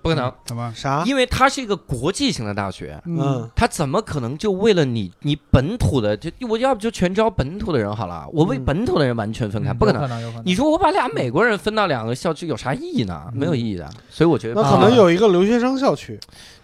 不可嗯能，怎么？啊啥？因为它是一个国际型的大学，嗯，他怎么可能就为了你你本土的就我要不就全招本土的人好了，我为嗯本土的人完全分开，嗯不可有能。可能，有可能。你说我把俩美国人分到两个校区有啥意义呢？嗯没有意义的。所以我觉得那可能有一个留学生校区，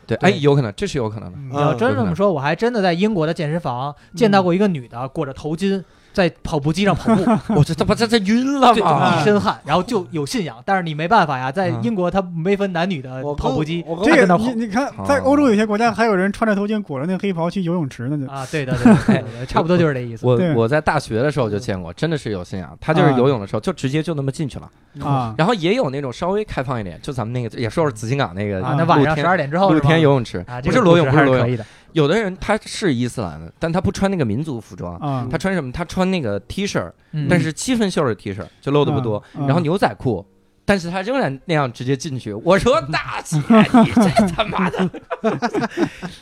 对，哎，对有可能，这是有啊可能的。 嗯你要嗯真这么说，我还真的在英国的健身房见到过一个女的裹着头巾在跑步机上跑步，我这他妈这这晕了对，吗一？身汗，然后就有信仰，但是你没办法呀，在嗯英国他没分男女的我呃跑跟步机我跟这跟他个哦跑你你看，在欧洲有些国家还有人穿着头巾裹着那黑袍去游泳池呢，就啊，对的，对的 对哎的，对的差不多就是这意思。我对我在大学的时候就见过，真的是有信仰。他嗯就是啊游泳的时候就直接就那么进去了，啊，然后也有那种稍微开放一点，就咱们那个也说是紫金港那个啊，呃那露晚上天十二点之后露是吧天游泳池啊，，这不是个裸故泳，事不是还是裸可泳。以的，有的人他是伊斯兰的，但他不穿那个民族服哦装，啊，他穿什么？他穿那个 T 恤，嗯但是七分袖的 T 恤就露的不多，嗯嗯然后牛仔裤。但是他仍然那样直接进去，我说大姐， 你这他妈的，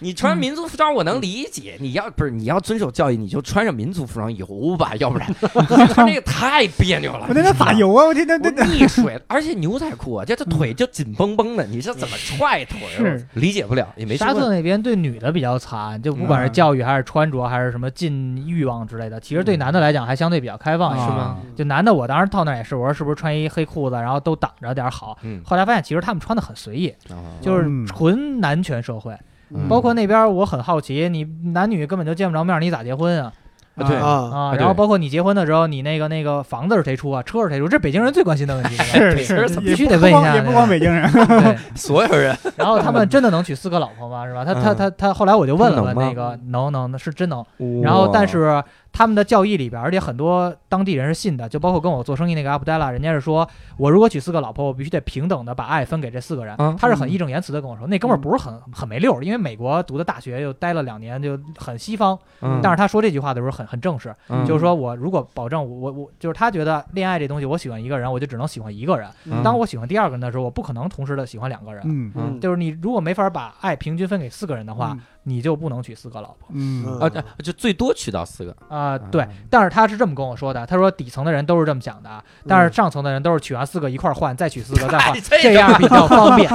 你穿民族服装我能理解，你要不是你要遵守教义，你就穿上民族服装游吧，要不然 你穿这个太别扭了。我那那咋游啊？我 天天我那溺水，而且牛仔裤啊，这这腿就紧绷绷的，你这怎么踹腿啊？是理解不了，也没学嗯沙过特那边对女的比较惨，就不管是教育还是穿着还是什么禁欲望之类的，其实对男的来讲还相对比较开放嗯一是点。吗？就男的，我当时到那儿也是，我说是不是穿一黑裤子，然后都挡着点儿好。嗯，后来发现其实他们穿的很随意，啊就是嗯纯男权社会。嗯包括那边我很好奇，你男女根本就见不着面儿，你咋结婚啊？啊对啊，啊，对然后包括你结婚的时候，你那个那个房子是谁出啊，车是谁出，这是北京人最关心的问 题。对吧是这是，必须也得不问一光下也那不哎个光北京人，对，所有人 然后他们真的能娶四个老婆吗？是吧？他他嗯他他后来我就问了能问吗那个能能是真能，然后但是他们的教义里边，而且很多当地人是信的，就包括跟我做生意那个阿布呆拉，人家是说我如果娶四个老婆，我必须得平等的把爱分给这四个人啊。嗯他是很义正言辞的跟我说，那哥们儿不是很很没溜儿，因为美国读的大学又待了两年，就很西方，嗯但是他说这句话的时候很很正式，嗯就是说我如果保证我我我就是他觉得恋爱这东西，我喜欢一个人，我就只能喜欢一个人。嗯当我喜欢第二个人的时候，我不可能同时的喜欢两个人。嗯嗯就是你如果没法把爱平均分给四个人的话，，你就不能娶四个老婆嗯啊，就最多娶到四个，，啊、对，但是他是这么跟我说的，他说底层的人都是这么想的，啊但是上层的人都是娶完四个一块儿换，再娶四个再换啊这这样比较方 便。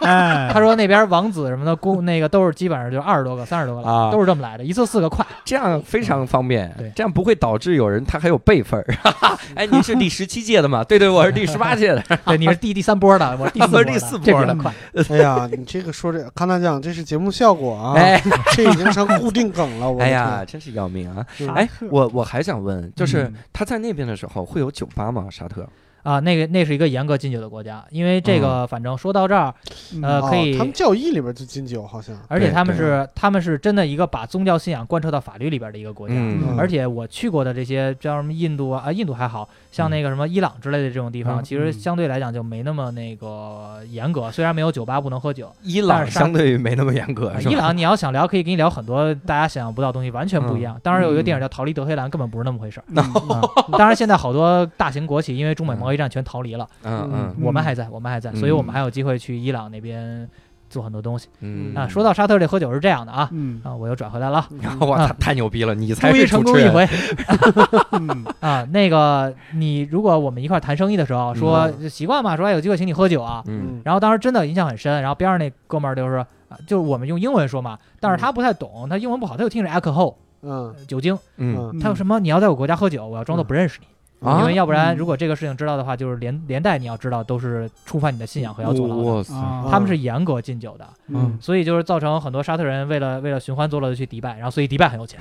哎他，说那边王子什么的公那个都是基本上就二十多个、三十多个了，啊都是这么来的，一次四 个快。这样非常方便，对这样不会导致有人他还有辈分儿。 哎，您是第十七届的吗？ 对对，我是第十八届的。对，你是第第三波的，我是第四 我波是的，第四这波比较的快。哎呀，你这个说这看他讲，这是节目效果啊，哎这已经成固定梗了。我的哎天呀，，真是要命啊！是哎，我我还想问，就是他在那边的时候会有酒吧吗？沙特？啊，那个那是一个严格禁酒的国家，因为嗯这个反正说到这儿，嗯呃哦可以他们教义里边就禁酒，好 像而且对他们对是他们是真的一个把宗教信仰贯彻到法律里边的一个国家。嗯而且我去过的这些叫什么印度啊，啊印度还好像那个什么伊朗之类的这种地方，嗯其实嗯相对来讲就没那么那个严格。虽然没有酒吧不能喝酒，伊朗但是沙相对于没那么严格，啊哎是吧伊朗你要想聊，可以跟你聊很多大家想象不到的东西，完全不一样。当然有一个嗯电影叫《逃离德黑兰》，根本不是那么回事 儿。那啊当然现在好多大型国企因为中美贸易战全逃离了，嗯嗯我们还在，我们还在，所以嗯我们还有机会去伊朗那边做很多东西。嗯啊，说到沙特这喝酒是这样的啊，嗯啊，我又转回来了， 哇，啊太太牛逼了，你才终于是成主功持一人。回嗯啊。那个你如果我们一块儿谈生意的时候说习惯嘛，说哎有机会请你喝酒啊。嗯然后当时真的印象很深，然后边上那哥们儿就是啊，就是我们用英文说嘛，但是他不太懂，他英文不好，他就听着 alcohol 嗯酒精，嗯嗯他说什么你要在我国家喝酒，我要装作不认识你，因啊为，要不然嗯如果这个事情知道的话，就是连连带你要知道都是触犯你的信仰和要坐牢的。哇塞，啊他们是严格禁酒的，嗯所以就是造成很多沙特人为了为了寻欢作乐的去迪拜，然后所以迪拜很有钱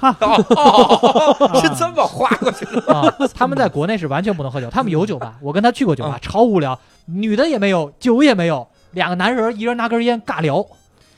哦，是 这么划过去的。啊。他们在国内是完全不能喝酒，他们有酒 吧，我跟他去过酒啊吧，超无聊，女的也没有，酒也没有，两个男人一人拿根烟尬聊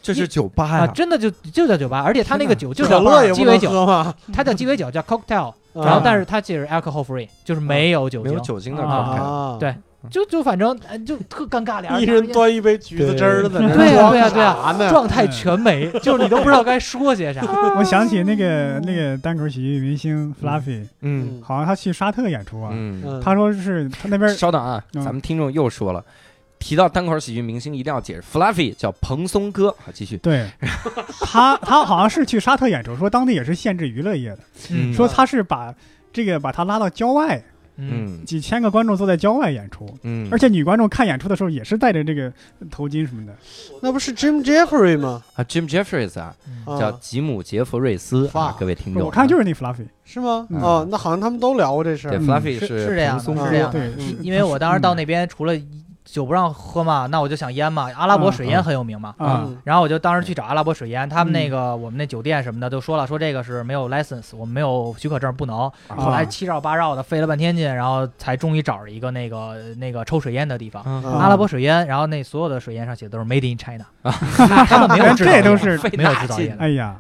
这是酒哎吧啊，呀，真的就就在酒吧，而且他那个酒就可叫乐也鸡不尾能酒，喝吗？它叫鸡 尾酒叫 cocktail，啊然后但是它其实 alcohol free，就是没有酒没有精，酒精的啊状态。啊， 对就就反正哎就特尴尬，俩 人一拿人着烟端一杯橘子汁儿的，在那对呀装对啊呀 对啥呀，呢嗯状态全没，就是你都不知道该说 些啥。我想起那个那个单口喜剧明星 Fluffy，嗯好像他去沙特演出啊，嗯，嗯他说是他那边稍等啊，嗯咱们听众又说了。提到单口喜剧明星，一定要解释，Fluffy 叫蓬松哥。好，继续。对，他他好像是去沙特演出，说当地也是限制娱乐业的，嗯说他是把这个把他拉到郊外，嗯嗯几千个观众坐在郊外演出，嗯，而且女观众看演出的时候也是戴着这个呃头巾什么的。那不是 Jim Jeffrey 吗？啊，Jim Jeffries 啊，嗯叫啊，吉姆·杰弗瑞斯啊哇，各位听不是众，我看就是那 Fluffy，是吗？嗯哦，那好像他们都聊过这事啊对儿。 Fluffy 是是这样蓬的，松啊是这样的。对，嗯是因为我当时到那边除了酒不让喝嘛，那我就想烟嘛，阿拉伯水烟很有名嘛。啊，嗯然后我就当时去找阿拉伯水烟，他们那个我们那酒店什么的都说了，说这个是没有 license，我们没有许可证，不能。后啊来七绕八绕的费了半天劲，然后才终于找着一个那个那个抽水烟的地方，啊啊阿拉伯水烟。然后那所有的水烟上写的都是 Made in China，他们没有制造这业，都是费没有大制造劲业的。哎呀，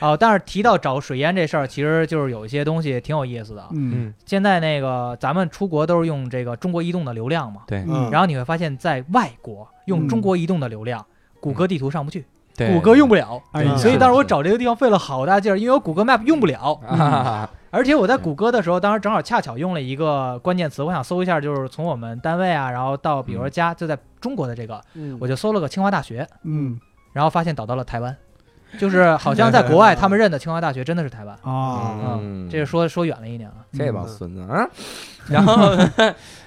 哦，但是提到找水烟这事儿，其实就是有一些东西挺有意思的啊。嗯嗯，现在那个咱们出国都是用这个中国移动的流量嘛，对嗯然后你会发现在外国用中国移动的流量，谷歌地图上不去，对，嗯谷歌用不了。哎呀，所以到当时我找这个地方费了好大劲儿，因为我谷歌 Map 用不了， 啊，而且我在对谷歌的时候，当时正好恰巧用了一个关键词，我想搜一下，就是从我们单位啊，然后到嗯比如说家，就在中国的这个，嗯我就搜了个清华大学，嗯然后发现导到了台湾，就是好像在国外他们认的清华大学真的是台湾，啊，嗯，这个说说远了一点啊，这帮孙子 啊。然后，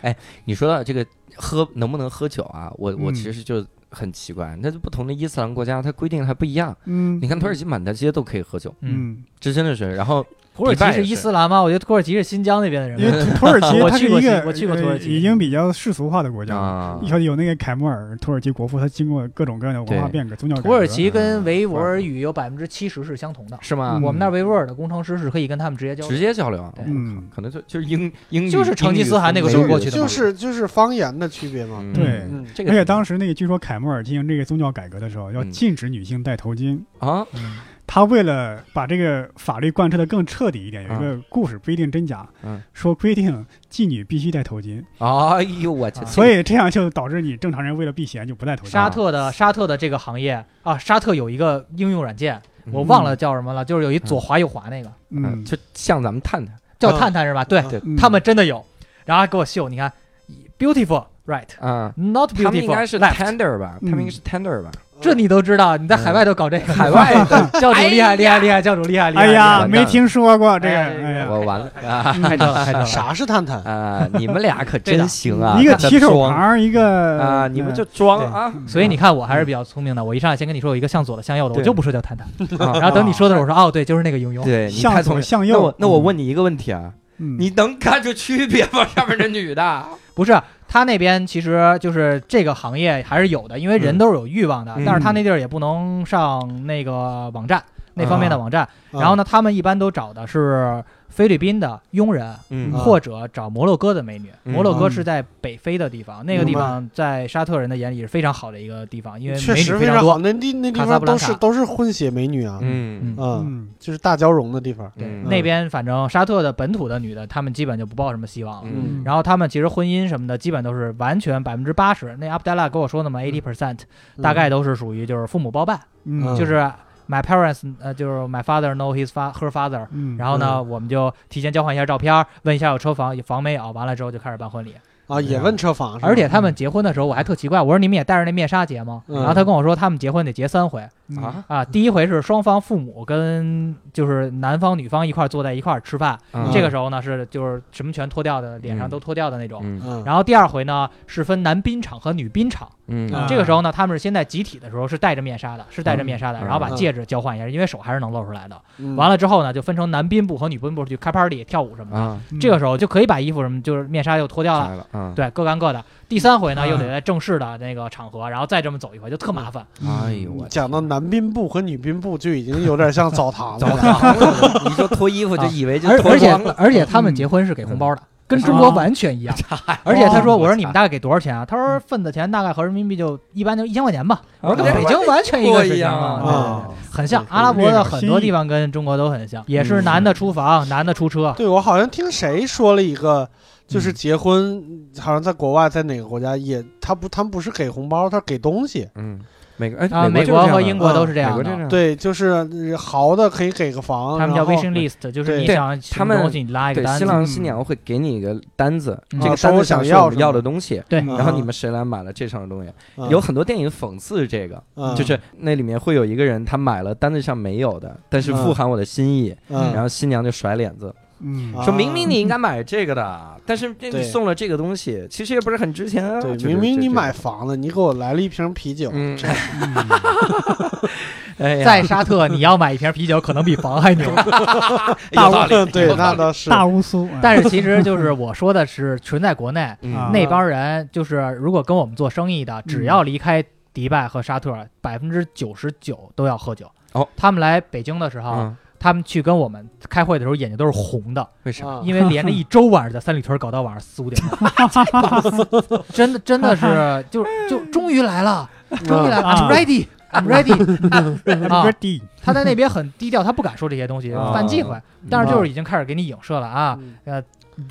哎，你说到这个喝能不能喝酒啊？我我嗯其实就很奇怪，那就不同的伊斯兰国家，它规定还不一样。嗯你看土耳其满大街都可以喝酒，嗯，嗯，这真的是。然后，土耳其迪拜也是是伊斯兰吗？我觉得土耳其是新疆那边嗯的人因吧，为土耳 其我它去是过一个我去过土耳其呃已经比较世俗化的国家了。啊你，说有那个凯末尔，土耳其国父，他经过各种各样的文化对变革、宗教改革。土耳其跟维吾尔语有百分之七十是相同的。是吗嗯？我们那儿维吾尔的工程师是可以跟他们直接交直流。接交流啊，对嗯可能就就是英英语就是成吉思汗那个时就候是过去的嘛就是就是方言的区别嘛。嗯对嗯，这而且个当时那个，据说凯末尔进行这个宗教改革的时候，要嗯禁止女性戴头巾。啊，嗯他为了把这个法律贯彻的更彻底一点，有一个故事不一定真假，嗯说规定妓女必须戴头巾，哎呦我去，啊 所以这样就导致你正常人为了避嫌就不戴头沙巾。特的沙特的这个行业啊，沙特有一个应用软件，我忘了叫什么了，就是有一左滑右滑那个嗯，嗯，就像咱们探探叫啊探探是吧？对啊嗯他们真的有，然后还给我秀，你看，beautiful right。啊， Not 他们应 beautiful，该是 left tender 吧，嗯他们应该是 tender 吧，这你都知道，你在海外都搞这个，海外的教主厉害厉害厉害，教主厉害厉害！哎呀，完蛋没了听说过这个，哎嗯哎呀，我完了啊 害着了，害着呃了！啥是探探？啊，你们俩可真行啊，一个在提手装旁，一个嗯啊，你们就装啊，所以你看，我还是比较聪明的。我一上来先跟你说有一个向左的、向右的，我对就不说叫探探。 啊然后等你说的时候，我说哦，对，就是那个应用。对你向太聪左明。向那右我。那我问你一个问题啊，嗯你能看出区别吗？上面这女的，不是，他那边其实就是这个行业还是有的，因为人都是有欲望的。嗯但是他那地儿也不能上那个网站那方面的网站。啊然后呢，他们一般都找的是菲律宾的佣人。嗯啊或者找摩洛哥的美女，嗯摩洛哥是在北非的地方，那个地方在沙特人的眼里是非常好的一个地方，因为嗯确美实女非非常常好，多。那地那地卡萨方布兰都卡是都是混血美女啊，嗯嗯嗯，嗯就是大交融的地方。对，嗯那边反正沙特的本土的女的，她们基本就不抱什么希望了。嗯然后他们其实婚姻什么的，基本都是完全百分之八十。那 Abdallah 跟我说的嘛，eighty percent，嗯大概都是属于就是父母包办，嗯就是 my parents，呃，就是 my father know his fa her father。嗯，然后呢，我们就提前交换一下照片，问一下有车房有房没有，完了之后就开始办婚礼。啊也问车房，是吧而且他们结婚的时候，我还特奇怪，我说你们也带着那面纱结吗？嗯然后他跟我说，他们结婚得结三回嗯啊，啊，第一回是双方父母跟就是男方女方一块儿坐在一块儿吃饭，嗯这个时候呢是就是什么全脱掉的，脸上都脱掉的那种。嗯嗯，然后第二回呢是分男宾场和女宾场，嗯啊这个时候呢他们是先在集体的时候是戴着面纱的，是戴着面纱的，嗯然后把嗯戒指交换一下，因为手还是能露出来的。嗯完了之后呢就分成男宾部和女宾部去开 party 跳舞什么的，啊，嗯这个时候就可以把衣服什么就是面纱就脱掉了。来了啊，对，各干各的。第三回呢，嗯又得在正式的那个场合，然后再这么走一回，就特麻烦。嗯哎呦我讲到男宾部和女宾部就已经有点像澡堂子澡了。堂了，你说脱衣服就以为嗯就而脱而且光了，嗯而且他们结婚是给红包的，跟啊中国完全一样。而且他说，我说你们大概给多少钱嗯啊？他说份子钱大概合人民币就一般就一千块钱吧。我说跟啊北京完全一个水平不一样啊，啊对对对很像。对阿拉伯的很多地方跟中国都很像，也是男的出房，男的出车。对，我好像听谁说了一个，嗯就是结婚，好像在国外，在哪个国家也，他不，他们不是给红包，他给东西。嗯，美国哎，啊，美美国和英国国都是这这样美的。国这样，对，就是呃豪的可以给个房，嗯他们然叫后 wishing list，就是你对想什他么们东西，你拉一个对，单新子。郎新娘会给你一个单子，嗯这啊个说单我子上想是要我们什要么的东西，对嗯然后你们谁来买了这上的东西？啊嗯有很多电影讽刺这个，嗯就是那里面会有一个人他买了单子上没有的，但是嗯富含我的心意，嗯然后新娘就甩脸子，嗯啊说明明你应该买这个的，但是这你对送了这个东西，其实也不是很值钱啊。对，就是明明这你这买房了，你给我来了一瓶啤酒， 嗯， 嗯哎呀，在沙特，你要买一瓶啤酒，可能比房还牛。有道大理部分对，有道那理倒是大乌苏，嗯但是其实就是我说的是纯在国内嗯啊那帮人，就是如果跟我们做生意的，只要离开迪拜和沙特，百分之九十九都要喝酒。哦，他们来北京的时候，嗯，他们去跟我们开会的时候，眼睛都是红的，为啥？啊 因为连着一周晚上在三里屯搞到晚上四五点钟，真的真的是就就终于来了，终于来了啊，I'm ready。I'm ready。啊歌低，他在那边很低调，他不敢说这些东西，啊犯忌讳。但是就是已经开始给你影射了啊，嗯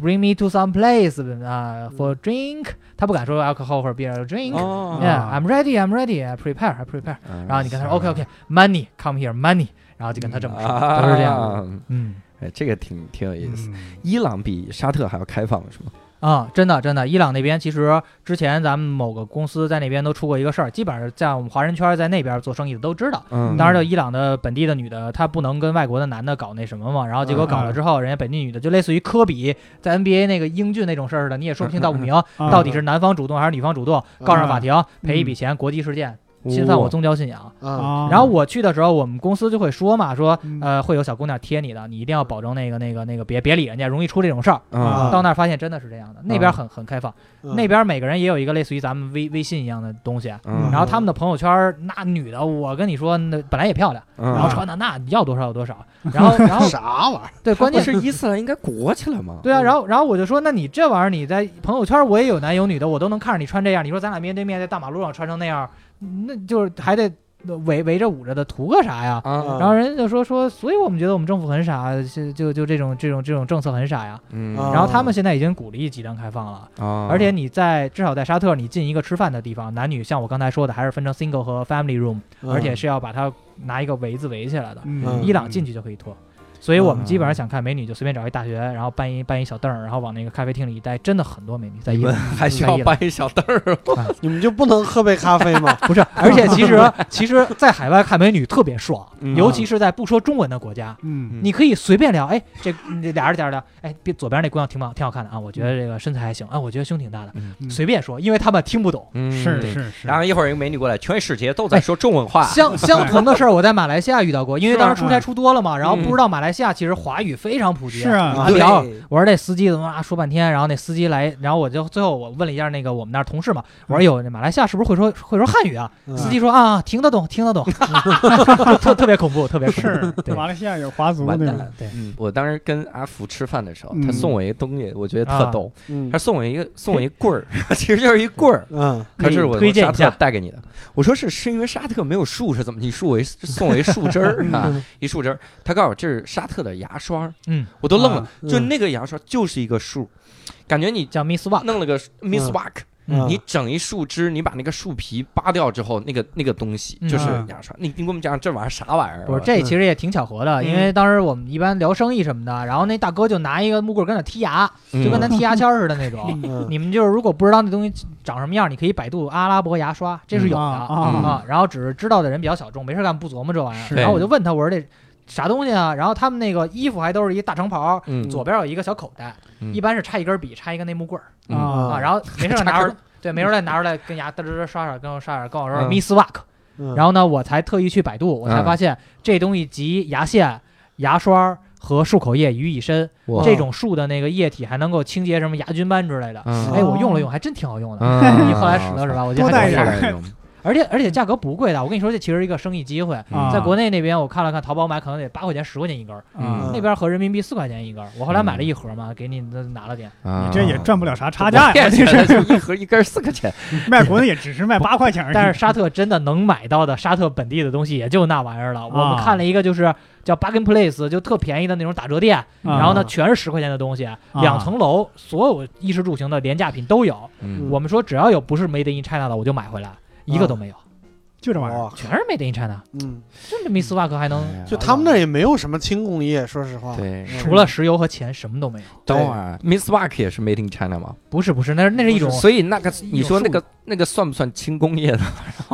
Bring me to some place 啊、for drink，他不敢说 alcohol for beer drink。哦 Yeah, I'm ready, I'm ready, I prepare, I prepare。嗯啊然后你跟他说啊 OK OK, money, come here, money。然后就跟他这么说，都是这样的。啊嗯 哎，这个挺挺有意思。嗯伊朗比沙特还要开放是吗？啊，真的真的，伊朗那边其实之前咱们某个公司在那边都出过一个事儿，基本上在我们华人圈在那边做生意的都知道。嗯当时就伊朗的本地的女的，她不能跟外国的男的搞那什么嘛，然后结嗯果搞了之后，人家本地女的就类似于科比在 NBA 那个英俊那种事儿似的，你也说不清道不明，嗯到底是男方主动还是女方主动，告上法庭赔一笔钱，国际事件侵犯我宗教信仰。啊，哦啊，然后我去的时候，我们公司就会说嘛，说嗯呃会有小姑娘贴你的，你一定要保证那个那个那个别别理人家，容易出这种事儿。啊啊到那儿发现真的是这样的，那边很很开放，嗯那边每个人也有一个类似于咱们微微信一样的东西，嗯，然后他们的朋友圈儿那女的，我跟你说，那本来也漂亮。然然后穿的那你要多少有多少，然后 然后啥玩意儿？对，关啊不键是伊斯兰应该裹起来吗？对啊，然后然后我就说，那你这玩意儿你在朋友圈我也有男有女的，我都能看着你穿这样，你说咱俩面对面在大马路上穿成那样，嗯那就是还得围围着捂着的，图个啥呀？嗯啊，然后人家就说说，所以我们觉得我们政府很傻，就就就这种这种这种政策很傻呀。嗯啊然后他们现在已经鼓励集团开放了，啊，而且你在至少在沙特，你进一个吃饭的地方，男女像我刚才说的，还是分成 single 和 family room，而啊且是要把它拿一个围子围起来的。嗯伊朗进去就可以脱。所以我们基啊本上想看美女，就随便找一大学，然后搬一搬一小凳儿，然后往那个咖啡厅里一待，真的很多美女在伊 你们朗。还需要搬一小凳儿，你们就不能喝杯咖啡吗？不是，而且其实其实，在海外看美女特别爽，嗯尤其是在不说中文的国家，嗯你可以随便聊，哎，这这俩人在这儿聊，哎，别左边那姑娘挺好，挺好看的啊，我觉得这个身材还行啊，我觉得胸挺大的，嗯随便说，因为他们听不懂。嗯是对是是，然后一会儿一个美女过来，全世界都在说中文话，相相同的事儿，我在马来西亚遇到过，因为是吧当时出差出多了嘛，然后嗯不知道马来西亚其实华语非常普及，是啊 啊，对聊，我说这司机怎么啊说半天，然后那司机来，然后我就最后我问了一下那个我们那儿同事嘛，我说哟，那马来西亚是不是会说会说汉语啊？嗯司机说啊，听得懂，听得懂，特特别恐怖，特嗯别恐怖是啊 对马来西亚有华族完那蛋种了。对，嗯我当时跟阿福吃饭的时候，嗯他送我一个东西，我觉得特啊逗，嗯他送我一个送我一棍 儿，其实就是一棍儿。啊嗯 可是我推从荐沙一特下带给你的，我说是是因为沙特没有树是怎么？你说我一送我一树枝 儿啊，嗯一树枝儿。他告诉我这是沙特的牙刷，嗯，我都愣了，嗯就那个牙刷就是一个树，感觉你叫 Miss Wang，弄了个 Miss Wack，、嗯你整一树枝，你把那个树皮扒掉之后，那个那个东西嗯就是牙刷。你你给我们讲这玩意儿啥玩意儿？啊我说这其实也挺巧合的，因为当时我们一般聊生意什么的，然后那大哥就拿一个木棍跟那踢牙，嗯就跟咱踢牙签儿似的那种。嗯你们就是如果不知道那东西长什么样，你可以百度阿拉伯牙刷，这嗯是有的啊啊啊。然后只是知道的人比较小众，没事干不琢磨这玩意是儿。然后我就问他，我说哎这啥东西啊？然后他们那个衣服还都是一大长袍，嗯左边有一个小口袋，嗯一般是插一根笔，插一个那木棍儿嗯啊。然后没事 儿拿出来，对，没事儿再拿出来跟牙嘚嘚嘚刷刷，跟我刷刷，跟我说嗯 Miss Wack。嗯，然后呢，我才特意去百度，我才嗯发现这东西集牙线、牙刷和漱口液于一身。哇这种树的那个液体还能够清洁什么牙菌斑之类的。嗯哎，我用了用，还真挺好用的。嗯 你后来使了是吧？我觉得多还带点儿不错带 点而且而且价格不贵的。我跟你说，这其实是一个生意机会。啊嗯在国内那边，我看了看淘宝买，可能得八块钱、十块钱一根儿，啊嗯，那边合人民币四块钱一根儿。我后来买了一盒嘛，给你拿了点。你你这也赚不了啥差价呀，这是是一盒一根四块钱，卖国内也只是卖八块钱而已。但是沙特真的能买到的沙特本地的东西也就那玩意儿了。我们啊看了一个就是叫 Bargain Place，就特便宜的那种打折店，啊然后呢全是十块钱的东西，两层楼所有衣食住行的廉价品都有。嗯啊我们说只要有不是 Made in China 的，我就买回来，一个都没有。就这玩意儿。哇，全是 Made in China，嗯，就是密斯瓦克还能哎呀就他们那儿也没有什么轻工业，说实话，对，嗯除了石油和钱什么都没有。等会儿 Miss Walk 也是 Made in China 吗？不是不是，那是那是一种所以那个一你种说那术个那个算不算轻工业的？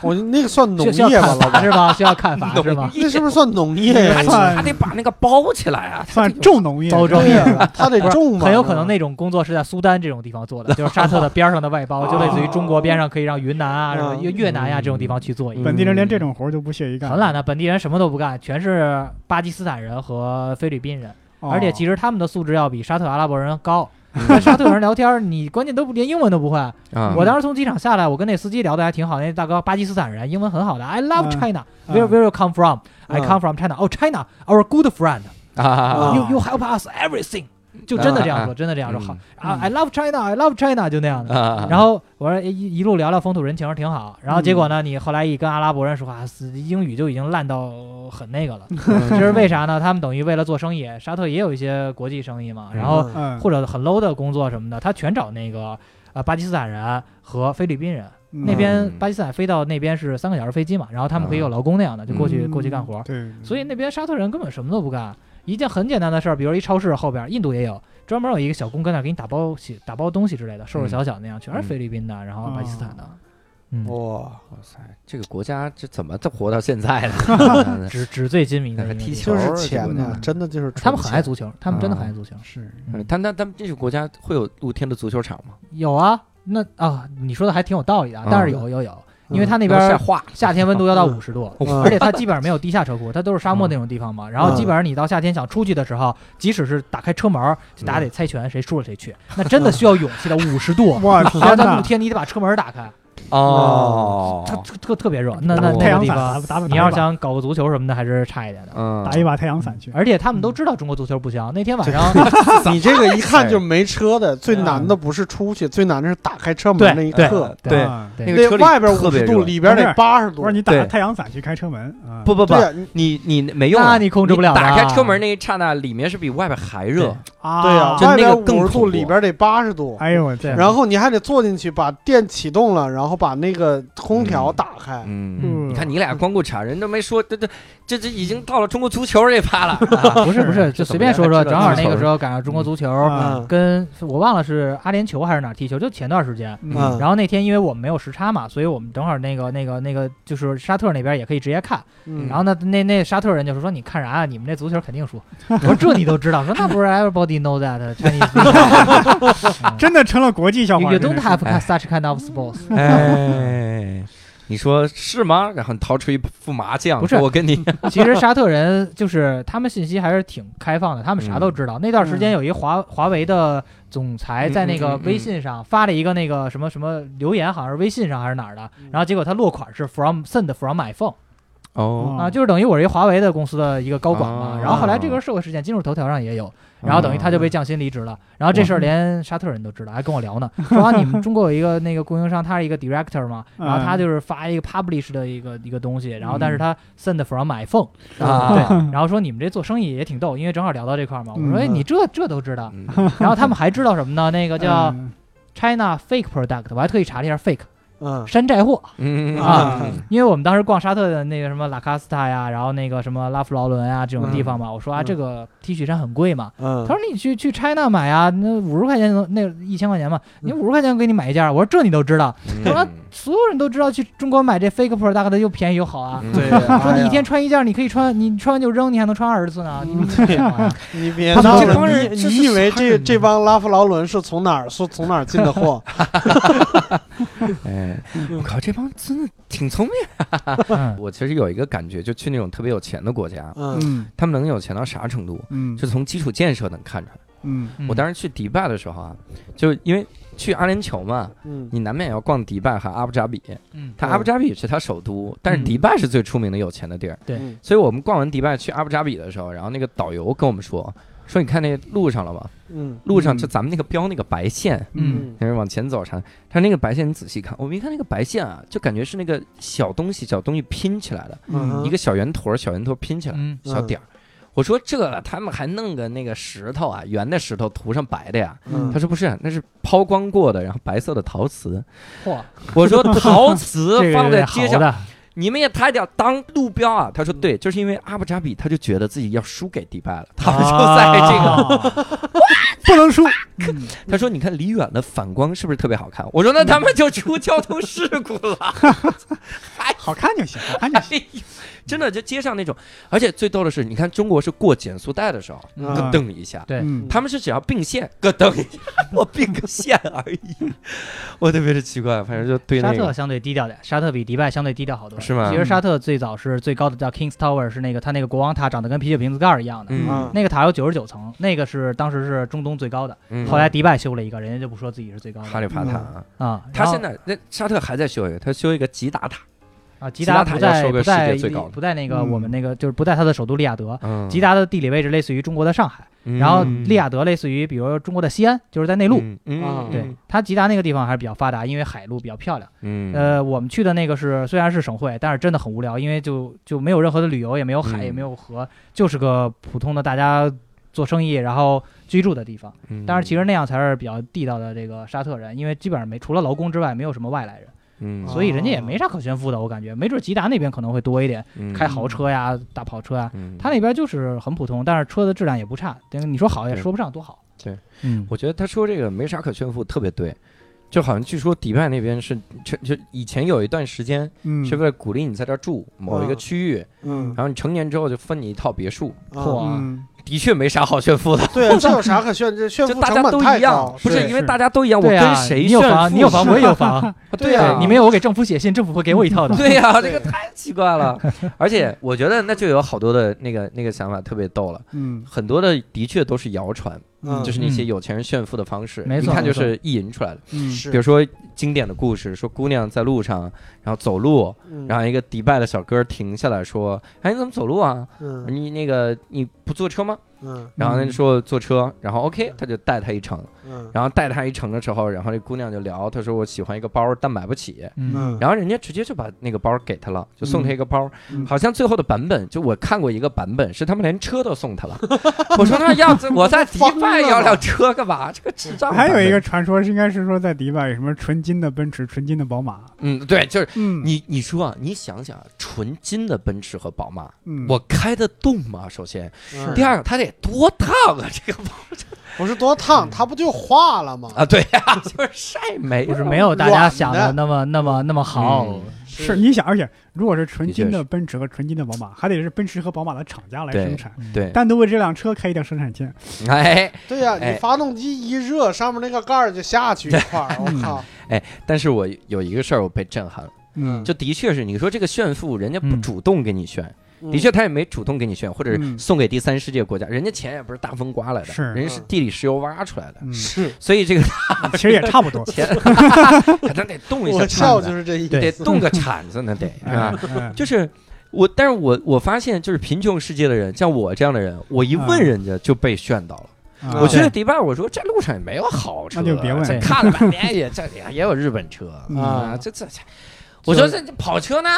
我那个算农需要业吧，看老 法板，是吧？需要看法是吧？那是不是算农业呀？还 算还得把那个包起来啊，它算得有重农业，包装对呀，他得种吧，很有可能那种工作是在苏丹这种地方做的，就是沙 特的边儿上的外哦包，就类似于中国边上可以让云南啊、嗯什么越越南呀、这种地方去做一个。本地人连这种活儿都不屑于干。嗯很嗯懒的本地人什么都不干，全是巴基斯坦人和菲律宾人，哦，而且其实他们的素质要比沙特阿拉伯人高。跟沙特人聊天儿，你关键都不连英文都不会。啊，我当时从机场下来，我跟那司机聊的还挺好，那大哥巴基斯坦人，英文很好的。I love 嗯 China. 嗯 Where where you come from? I 嗯 come from China. Oh China, our good friend. 啊啊 You you help us everything，就真的这样说，真的这样说好啊嗯，I love China，I love China，就那样的。啊，然后我说哎一一路聊聊风土人情挺好，然后结果呢，你后来一跟阿拉伯人说话，啊死英语就已经烂到很那个了。嗯这是为啥呢？他们等于为了做生意，沙特也有一些国际生意嘛，然后嗯嗯，或者很 low 的工作什么的，他全找那个呃巴基斯坦人和菲律宾人。嗯那边嗯啊巴基斯坦飞到那边是三个小时飞机嘛，然后他们可以有劳工那样的，就过去嗯过去干活。对，所以那边沙特人根本什么都不干，一件很简单的事儿，比如一超市后边，印度也有专门有一个小工跟那儿给你打包洗打包东西之类的，瘦瘦小小那样，全是嗯菲律宾的，然后巴基斯坦的，嗯，哦哇，哇塞，这个国家这怎么这活到现在 呢？纸纸醉金迷的那个一个地踢方球就是钱球呐呢，真的就是纯嗯他们很爱钱足球，他们真的很爱足球，是啊嗯但但但这个国家会有露天的足球场吗？有啊，那啊，你说的还挺有道理的，啊嗯但是有有有，因为他那晒边化了夏天温度要到五十度。嗯而且它基本上没有地下车库，它都是沙漠那种地方嘛。然后嗯基本上你到夏天想出去的时候，即使是打开车门儿，就大家得猜拳，谁输了谁去。那真的需要勇气的，五十 度，我然后天到哪露！天你得把车门打开，哦，它特特特别热。那打那个那太个阳地伞方，打打你要是想搞个足球什么的，还是差一点的。嗯，打一把太阳伞去，而且他们都知道中国足球不行。那天晚上， 你这个一看就是没车的，最难的不是出去，最难的是打开车对门那一哎对刻。对啊对那个那车里外边特五别十热度，里边不得是八十不度是。你打对太阳伞去开车门啊？不不不对，呀，你你你没用，啊那你控制不了的打开车门那一刹那，里面是比外边还热。啊，对呀，就外那个边更五十恐度，怖里边得八十度。哎呦我天，然后你还得坐进去，把电启动了，然后把那个空调打开。嗯，嗯你看你俩光顾场，人都没说，这这这这已经到了中国足球这趴 了。啊不是不是，就随便说说。这怎么正样好那个时候赶上中国足球，嗯跟我忘了是阿联酋还是哪儿踢球，就前段时间。嗯然后那天因为我们没有时差嘛，所以我们正好那个那个那个就是沙特那边也可以直接看。啊嗯，然后呢，那那沙特人就说：“你看啥啊？你们这足球肯定 输。”我说：“这你都知道？”说那不是 everybody know that uh, Chinese people 真的成了国际笑 you, 话。 you 真 don't 的是 have such kind of sports。哎，你说是吗？然后你掏出一副麻将，不是说我跟你 其实沙特人就是他们信息还是挺开放的，他们啥都知道。那段时间有一华华为的总裁在那个微信上发了一个那个什么什么留言，好像是微信上还是哪儿的，然后结果他落款是 from send from my phone。哦，啊，就是等于我是一华为的公司的一个高管嘛啊，然后后来这个社会事件今日头条上也有，然后等于他就被降薪离职了，然后这事儿连沙特人都知道，还跟我聊呢，说啊你们中国有一个那个供应商，他是一个 director 嘛，然后他就是发一个 publish 的一个一个东西，然后但是他 send from my phone，嗯啊对，然后说你们这做生意也挺逗，因为正好聊到这块儿嘛，我说嗯哎你这这都知道，嗯然后他们还知道什么呢？那个叫嗯 China fake product，我还特意查了一下 fake 嗯山寨货，嗯啊嗯因为我们当时逛沙特的那个什么拉卡斯塔呀，然后那个什么拉夫劳伦啊这种地方嘛，我说啊、嗯这个 T 恤衫很贵嘛，嗯他说你去去 China 买啊，那五十块钱能那一千块钱嘛，你五十块钱给你买一件儿，我说这你都知道，嗯所有人都知道去中国买这 fake product 的又便宜又好啊。嗯 嗯对呀，说哎你呀一天穿一件儿，你可以穿，你穿完就扔，你还能穿二十次呢。你们这干嘛呀你别他们闹这帮了人你这你是以为啥这人呢这帮拉夫劳伦是从哪儿是从哪儿进的货？ 哎，我靠，这帮真的挺聪明。嗯我其实有一个感觉，就去那种特别有钱的国家，嗯嗯他们能有钱到啥程度？嗯就从基础建设能看出来。嗯嗯我当时去迪拜的时候啊，就因为去阿联酋嘛，嗯你难免要逛迪拜和阿布扎比。嗯它阿布扎比是它首都，但是迪拜是最出名的有钱的地儿。对嗯所以我们逛完迪拜去阿布扎比的时候，然后那个导游跟我们说，说你看那路上了吗？嗯路上嗯就咱们那个标那个白线，嗯嗯就是往前走啥？他说那个白线你仔细看，我们一看那个白线啊，就感觉是那个小东西小东西拼起来的，嗯一个小圆坨儿小圆坨儿拼起来，嗯小点儿。我说这他们还弄个那个石头啊，圆的石头涂上白的呀。嗯他说不是，那是抛光过的，然后白色的陶瓷。嚯，我 说陶瓷这个放在有点街豪上，的，嗯你们也太屌，当路标啊！他说对，就是因为阿布扎比，他就觉得自己要输给迪拜了，他啊们就在这个。个不能输，嗯他说你看离远了反光是不是特别好看？我说那他们就出交通事故了。好看就行，好看就 哎行。呦，真的就街上那种，而且最逗的是，你看中国是过减速带的时候，嗯咯噔一下。对嗯，他们是只要并线，咯噔一 下，我并个线而已，我特别是奇怪，反正就 对沙那特个，相对低调点，沙特比迪拜相对低调好多。是吗嗯其实沙特最早是最高的叫 Kings Tower，是那个它那个国王塔长得跟啤酒瓶子盖儿一样的，嗯啊那个塔有九十九层，那个是当时是中东最高的。嗯，后来迪拜修了一个，人家就不说自己是最高哈的利法塔啊，啊。他然后现在那沙特还在修一个，他修一个吉达塔，啊，吉吉达达塔不要在收不个世在界最高的不在那个嗯我们那个就是不在它的首都利雅得。嗯，吉达的地理位置类似于中国的上海，嗯，然后嗯利雅得类似于比如说中国的西安，就是在内陆。嗯嗯啊对，它吉达那个地方还是比较发达，因为海路比较漂亮。嗯，呃，我们去的那个是虽然是省会，但是真的很无聊，因为就就没有任何的旅游，也没有海，也嗯没有河，就是个普通的大家做生意然后居住的地方。嗯但是其实那样才是比较地道的这个沙特人，因为基本上没除了劳工之外没有什么外来人，嗯，所以人家也没啥可炫富的，我感觉没准吉达那边可能会多一点，嗯开豪车呀、大跑车啊。嗯他那边就是很普通，但是车的质量也不差，但是你说好也对说不上多好。对，嗯，我觉得他说这个没啥可炫富，特别对。就好像据说迪拜那边是，就就以前有一段时间嗯是为了鼓励你在这儿住某一个嗯区域，嗯然，后你成年之后就分你一套别墅，啊哇嗯的确没啥好炫富的，对啊，这有啥可炫？这炫就富大成家本都太一高样，，不是对因为是大家都一样，我对跟啊，谁你有炫房，富你有房，是我也有房， 对对呀，啊你没有，我给政府写信，政府会给我一 套的。对啊呀，这个对太奇怪了。而且我觉得那就有好多的那个那个想法特别逗了，嗯很多的的确都是谣传，嗯就是那些有钱人炫富的方式，没一错看就没错是意淫出来的。嗯，比如是，说经典的故事，说姑娘在路上，然后走路，嗯然后一个迪拜的小哥停下来说：“哎，你怎么走路啊？嗯你那个你不坐车吗嗯？”然后他就嗯说坐车，然后 OK，他就带他一程。嗯然后带他一程的时候，然后这姑娘就聊，她说我喜欢一个包，但买不起。嗯，嗯，然后人家直接就把那个包给他了，就送他一个包。嗯好像最后的版本，就我看过一个版本是他们连车都送他了。 我说那要是我在迪 拜要辆车干嘛？这个智障。还有一个，传说是应该是说在迪拜有什么纯金的奔驰、纯金的宝马。嗯，对，就是嗯，你你说啊，你想想啊，纯金的奔驰和宝马，嗯我开得动吗？首先。是第二个，它得多烫啊！这个包嗯不是多烫，它不就化了吗？ 啊，对呀、就是晒没不了，是没有大家想软的的那么那么那么好。嗯是你想，而且如果是纯金的确的奔驰和纯金的宝马，还得是奔驰和宝马的厂家来对生产，对，单独为这辆车开一条生产线。哎对呀，哎你发动机一热，上面那个盖儿就下去一块儿，我靠！哎，但是我有一个事儿我被震撼了，嗯，就的确是你说这个炫富，人家不嗯主动给你炫，嗯的确他也没主动给你炫，或者是嗯送给第三世界国家，人家钱也不是大风刮来的，是人家是嗯地里石油挖出来的，嗯，是，所以这个 其实也差不多。钱可能得动一下我铲笑就子，是这意得思。动个铲子呢，得是吧？哎就是我，但是我我发现，就是贫穷世界的人，像我这样的人，我一问嗯人家就被炫到了。啊我去了迪拜，我说这路上也没有好车，那就别问这了看了半天也这里也有日本车嗯啊，这这这，我说这这跑车呢？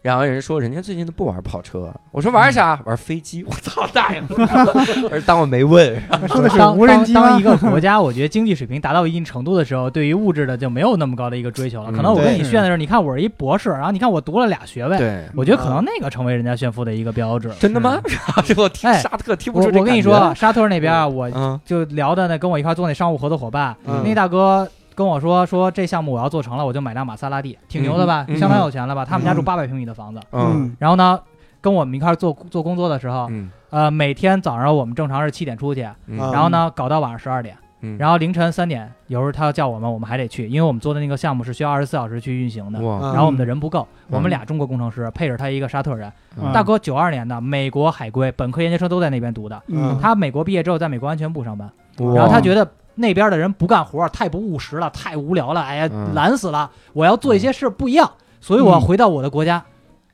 然后人说人家最近都不玩跑车，我说玩嗯啥？玩飞机。我操，大 爷！ 我说当我没问。说的是嗯当无人机当吗当一个国家，我觉得经济水平达到一定程度的时候，对于物质的就没有那么高的一个追求了。嗯可能我跟对你炫的时候，你看我是一博士，然后你看我读了俩学位，对，我觉得可能那个成为人家炫富的一个标志。真的吗？ 这我听哎沙特听不我出这我跟你感说，啊，觉沙特那边啊我嗯就聊的那跟我一块做那商务合作伙伴，嗯那大哥跟我说说这项目我要做成了，我就买辆玛莎拉蒂，挺牛的吧？嗯嗯相当有钱了吧？他们家住嗯八百平米的房子，嗯然后呢，跟我们一块做做工作的时候，嗯呃，每天早上我们正常是七点出去，嗯啊然后呢搞到晚上十二点。嗯，然后凌晨三点，有时候他要叫我们，我们还得去，因为我们做的那个项目是需要二十四小时去运行的。哇，嗯然后我们的人不够，嗯我们俩中国工程师配着他一个沙特人，嗯大哥九二年的，美国海归，本科研究生都在那边读的。嗯，他美国毕业之后在美国安全部上班，哇然后他觉得那边的人不干活，太不务实了，太无聊了，哎呀嗯，懒死了！我要做一些事儿不一样，所以我要嗯回到我的国家，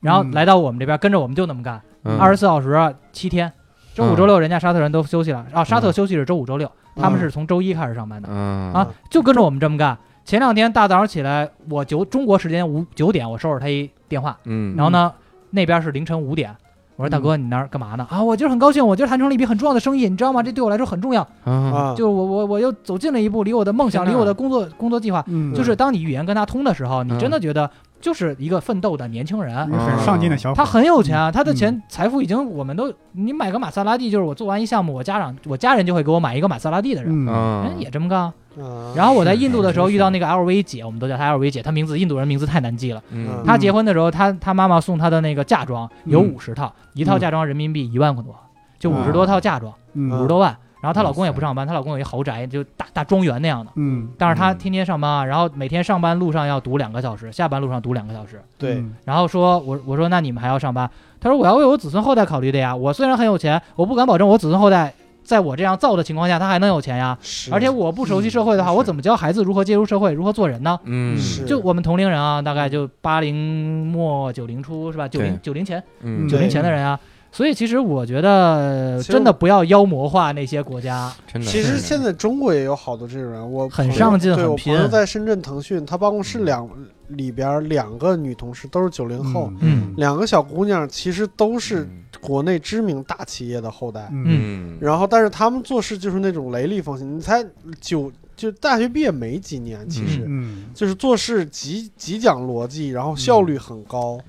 然后来到我们这边，跟着我们就那么干，嗯二十四小时七天，周五周六人家沙特人都休息了啊，沙特休息是周五周六，他们是从周一开始上班的嗯啊，就跟着我们这么干。前两天大早上起来，我九中国时间五九点，我收拾他一电话，嗯，然后呢那边是凌晨五点，我说大哥，你那儿干嘛呢？啊，我今儿很高兴，我今儿谈成了一笔很重要的生意，你知道嗯吗？这对我来说很重要，啊，啊，就是我我我又走近了一步，离我的梦想，天离哪我的工作工作计划。嗯，就是当你语言跟他通的时候，你嗯真的觉得就是一个奋斗的年轻人一，个很上进的小伙他儿，很有钱啊，他的嗯钱财富已经，我们都你买个玛莎拉蒂，就是我做完一项目，我家长我家人就会给我买一个玛莎拉蒂的人，嗯，嗯人也这么干啊。啊然后我在印度的时候是遇到那个 LV 姐，我们都叫她 LV 姐，她名字印度人名字太难记了。嗯她结婚的时候，她她妈妈送她的那个嫁妆有嗯啊五十套，一套嫁妆人民币一万块多，就五十多套嫁妆，五嗯十多万。然后她老公也哇塞不上班，她老公有一豪宅，就大大庄园那样的。嗯，但是她嗯天天上班啊，然后每天上班路上要读两个小时，下班路上读两个小时。对，嗯然后说我我说那你们还要上班？她说我要为我子孙后代考虑的呀。我虽然很有钱，我不敢保证我子孙后代在我这样造的情况下他还能有钱呀。是而且我不熟悉社会的话，是我怎么教孩子如何介入社会，如何做人呢？嗯，是就我们同龄人啊，大概就八零末九零初是吧？九零九零前嗯，九对零前的人啊。所以其实我觉得，其实真的不要妖魔化那些国家。真的。其实现在中国也有好多这种人，我很朋友上进对很我拼朋友在深圳腾讯，他办公室两里边两个女同事都是九零后，嗯两个小姑娘其实都是嗯国内知名大企业的后代，嗯嗯然后但是他们做事就是那种雷厉风行。你才九就大学毕业没几年，其实、嗯，就是做事极极讲逻辑，然后效率很高。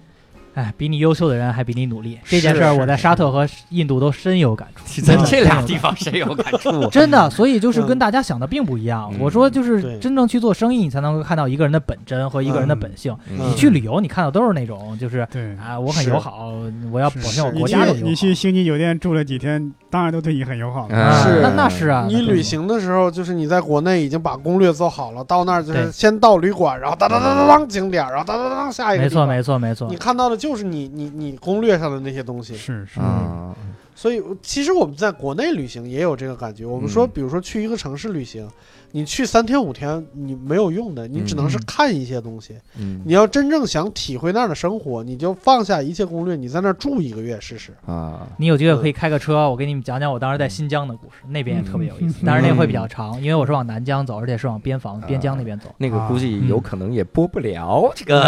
哎，比你优秀的人还比你努力，这是件事儿我是在是沙特和印度都深有感触。在真这的深有俩感地方谁有感触？真的，所以就是嗯跟大家想的并不一样。嗯我说，就是对真正去做生意，你才能够看到一个人的本真和一个人的本性。嗯嗯你去旅游，你看到都是那种就是对。啊，我很是友好，我要是表现我是国你家的友去好。你去星级酒店住了几天，当然都对你很友好了。啊是那那是啊，你旅行的时候，就是你在国内已经把攻略做好了，到那儿就是先到旅馆，然后当当当当当景点，然后当当当当下一个没地方错没错没错你。看到的就是你你你攻略上的那些东西，是是，啊，所以其实我们在国内旅行也有这个感觉。我们说，嗯比如说去一个城市旅行，你去三天五天你没有用的，你只能是看一些东西。嗯你要真正想体会那儿的生活，你就放下一切攻略，你在那儿住一个月试试。啊，你有机会可以开个车，我给你们讲讲我当时在新疆的故事，那边也特别有意思。嗯但是那个会比较长，因为我是往南疆走，而且是往边防啊边疆那边走。那个估啊计嗯有可能也播不了这个。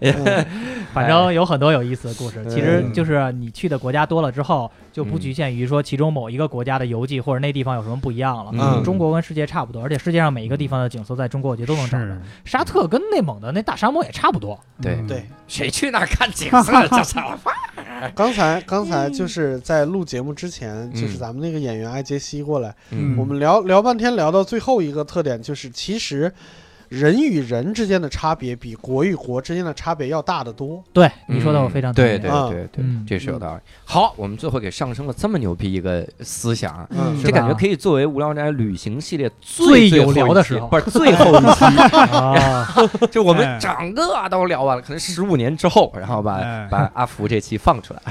哎反正有很多有意思的故事。嗯其实就是你去的国家多了之后，就不局限于说其中某一个国家的游记或者那地方有什么不一样了。嗯中国跟世界差不多，而且世界上每一个地方的景色，在中国我觉得都能找到是。沙特跟内蒙的那大沙漠也差不多。对 嗯对， 谁去那儿看景色？这什么？刚才刚才就是在录节目之前，就嗯是咱们那个演员艾杰西过来，嗯我们聊聊半天，聊到最后一个特点就是，其实人与人之间的差别比国与国之间的差别要大得多。对你说的，我非常同意对对啊对对，嗯这是有道理。好，我们最后给上升了这么牛逼一个思想。啊嗯是这吧感觉可以作为《无聊斋旅行》系列最最有聊后一的期时候 不是最后一期，啊， 就我哎们整个都聊完了，可能十五年之后，然后把哎把阿福这期放出 来。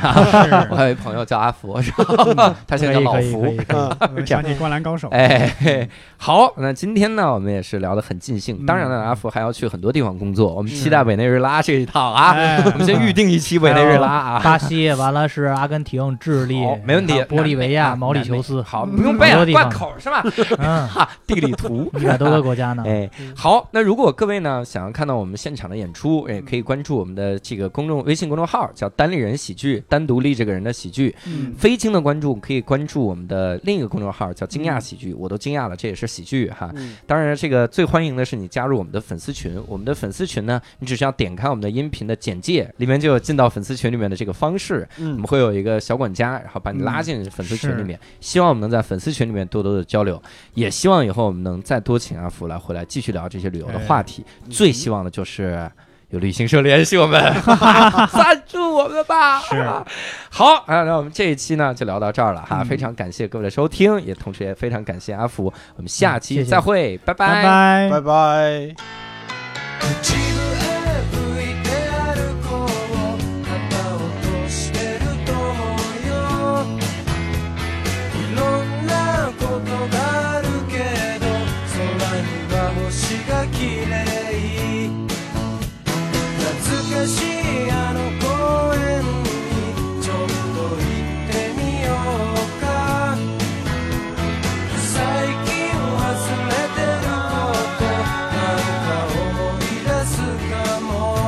我还有一朋友叫阿福，然后他现在嗯可以叫老可以可福以。可以。嗯，我想起《灌篮高手》，哎，嘿好，那今天呢，我们也是聊得很尽兴。当然了，嗯阿福还要去很多地方工作，我们是期待委内瑞拉这一趟啊。哎，我们先预定一期委内瑞拉啊。 巴西完了是阿根廷、智利哦好，没问题啊还有玻利维哎南亚、美哎毛里求斯，嗯好，不用背很了多，地方贯口 是吧？嗯，。哈，地理图一百多个国家呢。哎，好，那如果各位呢想要看到我们现场的演出，也可以关注我们的这个公众微信公众号，叫“单立人喜剧”，单独立这个人的喜剧。嗯非经的关注可以关注我们的另一个公众号，叫“惊讶喜剧”，我都惊讶了，这也是喜剧哈。嗯当然，这个最欢迎的是你加入我们的粉丝群。我们的粉丝群呢，你只需要点开我们的音频的简介，里面就有进到粉丝群里面的这个方式。我嗯们会有一个小管家，然后把你拉进粉丝群里面。希望我们能在粉丝群里面多多的交流，也希望以后我们能再多请阿福来回来继续聊这些旅游的话题。哎最希望的就是。有旅行社联系我们， 赞助我们吧。 是好啊，那我们这一期呢就聊到这儿了哈，嗯非常感谢各位的收听，也同时也非常感谢阿福，我们下嗯谢期谢再会，拜拜嗯 拜拜拜。最近忘れてることなんか思い出す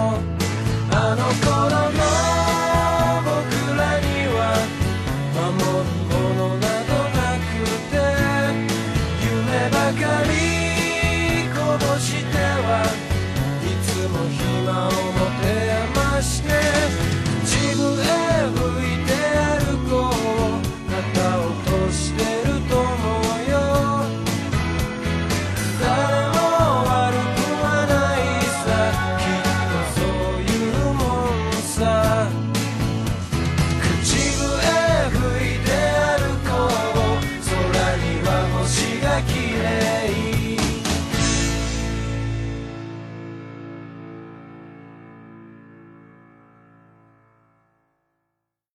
綺麗